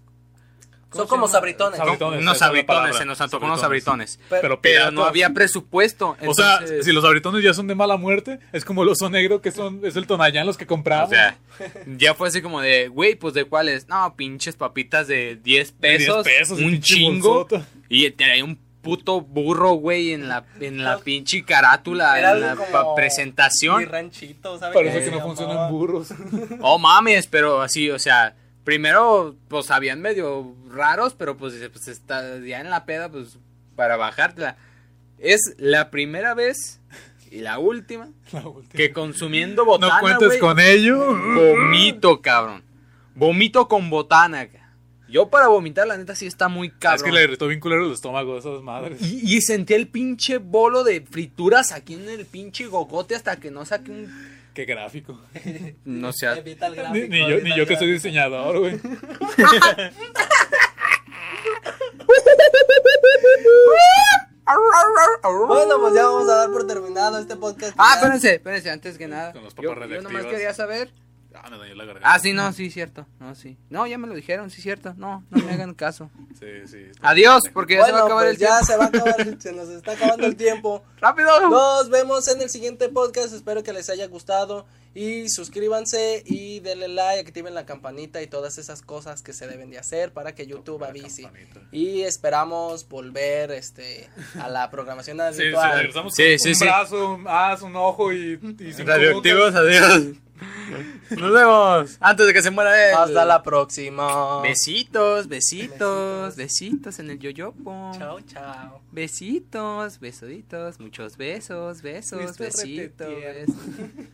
S1: Son
S3: se
S1: como
S3: llama?
S1: sabritones.
S2: Sabritones.
S3: unos
S2: esa es la palabra.
S3: sabritones, se nos antojó unos
S2: Sabritones.
S3: sabritones,
S1: Pero-
S2: Pero,
S3: pero
S2: piratas.
S3: no había presupuesto.
S2: O sea,
S3: entonces-
S2: si los abritones ya son de mala muerte, es como el oso negro que son, es el tonayán los que
S3: O
S2: compramos.
S3: sea, [laughs] ya fue así como de, güey, pues de cuáles. No, pinches papitas de 10
S2: De 10
S3: pesos.
S2: y
S3: un
S2: pinche
S3: chingo.
S2: bolsota.
S3: Y traía un puto burro, güey, en la, en la pinche carátula,
S1: Era
S3: en la
S1: algo
S3: pa-
S1: como Mi
S3: presentación.
S1: ranchito, ¿sabes?
S2: Parece
S1: qué
S3: Eh,
S2: que no
S1: se
S2: funcionan
S1: llamaba?
S2: burros.
S3: Oh mames, pero así, o sea, primero, pues sabían medio raros, pero pues, dice, pues está ya en la peda, pues para bajártela. Es la primera vez y [laughs] la última
S2: La última.
S3: que consumiendo botana,
S2: no cuentes
S3: güey,
S2: con ello.
S3: Vomito, cabrón. Vomito con botana. ca- Yo para vomitar, la neta, sí está muy cabrón.
S2: Es que le irritó bien culero el estómago a esas madres.
S3: y, y sentí el pinche bolo de frituras aquí en el pinche gogote hasta que no saqué un...
S2: Qué gráfico.
S3: No sé.
S1: Evita el
S2: Ni,
S1: gráfico,
S2: ni yo,
S1: evita
S2: ni
S1: el
S2: yo que soy
S1: gráfico.
S2: diseñador, güey.
S1: Bueno, pues ya vamos a dar por terminado este podcast.
S3: Ah,
S1: Ya-
S3: espérense, espérense, antes que nada.
S2: Con los papas
S3: Yo, yo nomás
S2: radioactivas.
S3: quería saber...
S2: [laughs] Ah, me dañó la garganta.
S3: Ah, sí, no, sí, cierto. No, sí. No, ya me lo dijeron, sí, cierto. No, no me hagan caso.
S2: Sí, sí.
S3: Adiós, porque ya se va a
S1: Bueno,
S3: acabar
S1: pues
S3: el
S1: ya
S3: tiempo.
S1: se va a acabar, el- se nos está acabando el
S3: [laughs]
S1: tiempo.
S3: ¡Rápido!
S1: Nos vemos en el siguiente podcast. Espero que les haya gustado. Y suscríbanse y denle like, activen la campanita y todas esas cosas que se deben de hacer para que YouTube
S2: La
S1: avise.
S2: campanita.
S1: Y esperamos volver este, a la programación
S2: Sí, sí,
S1: habitual.
S2: regresamos
S3: Sí,
S2: con
S3: sí,
S2: un
S3: sí.
S2: brazo, un haz, un ojo y, y cinco
S3: Radioactivos, adiós. Nos vemos. Antes de que se muera él.
S1: Hasta la próxima.
S3: Besitos, besitos,
S1: Besitos.
S3: besitos en el yoyopo.
S1: Chao, chao.
S3: Besitos, besoditos, muchos besos, besos,
S1: Fuiste
S3: besitos.
S1: retetier.
S3: besos.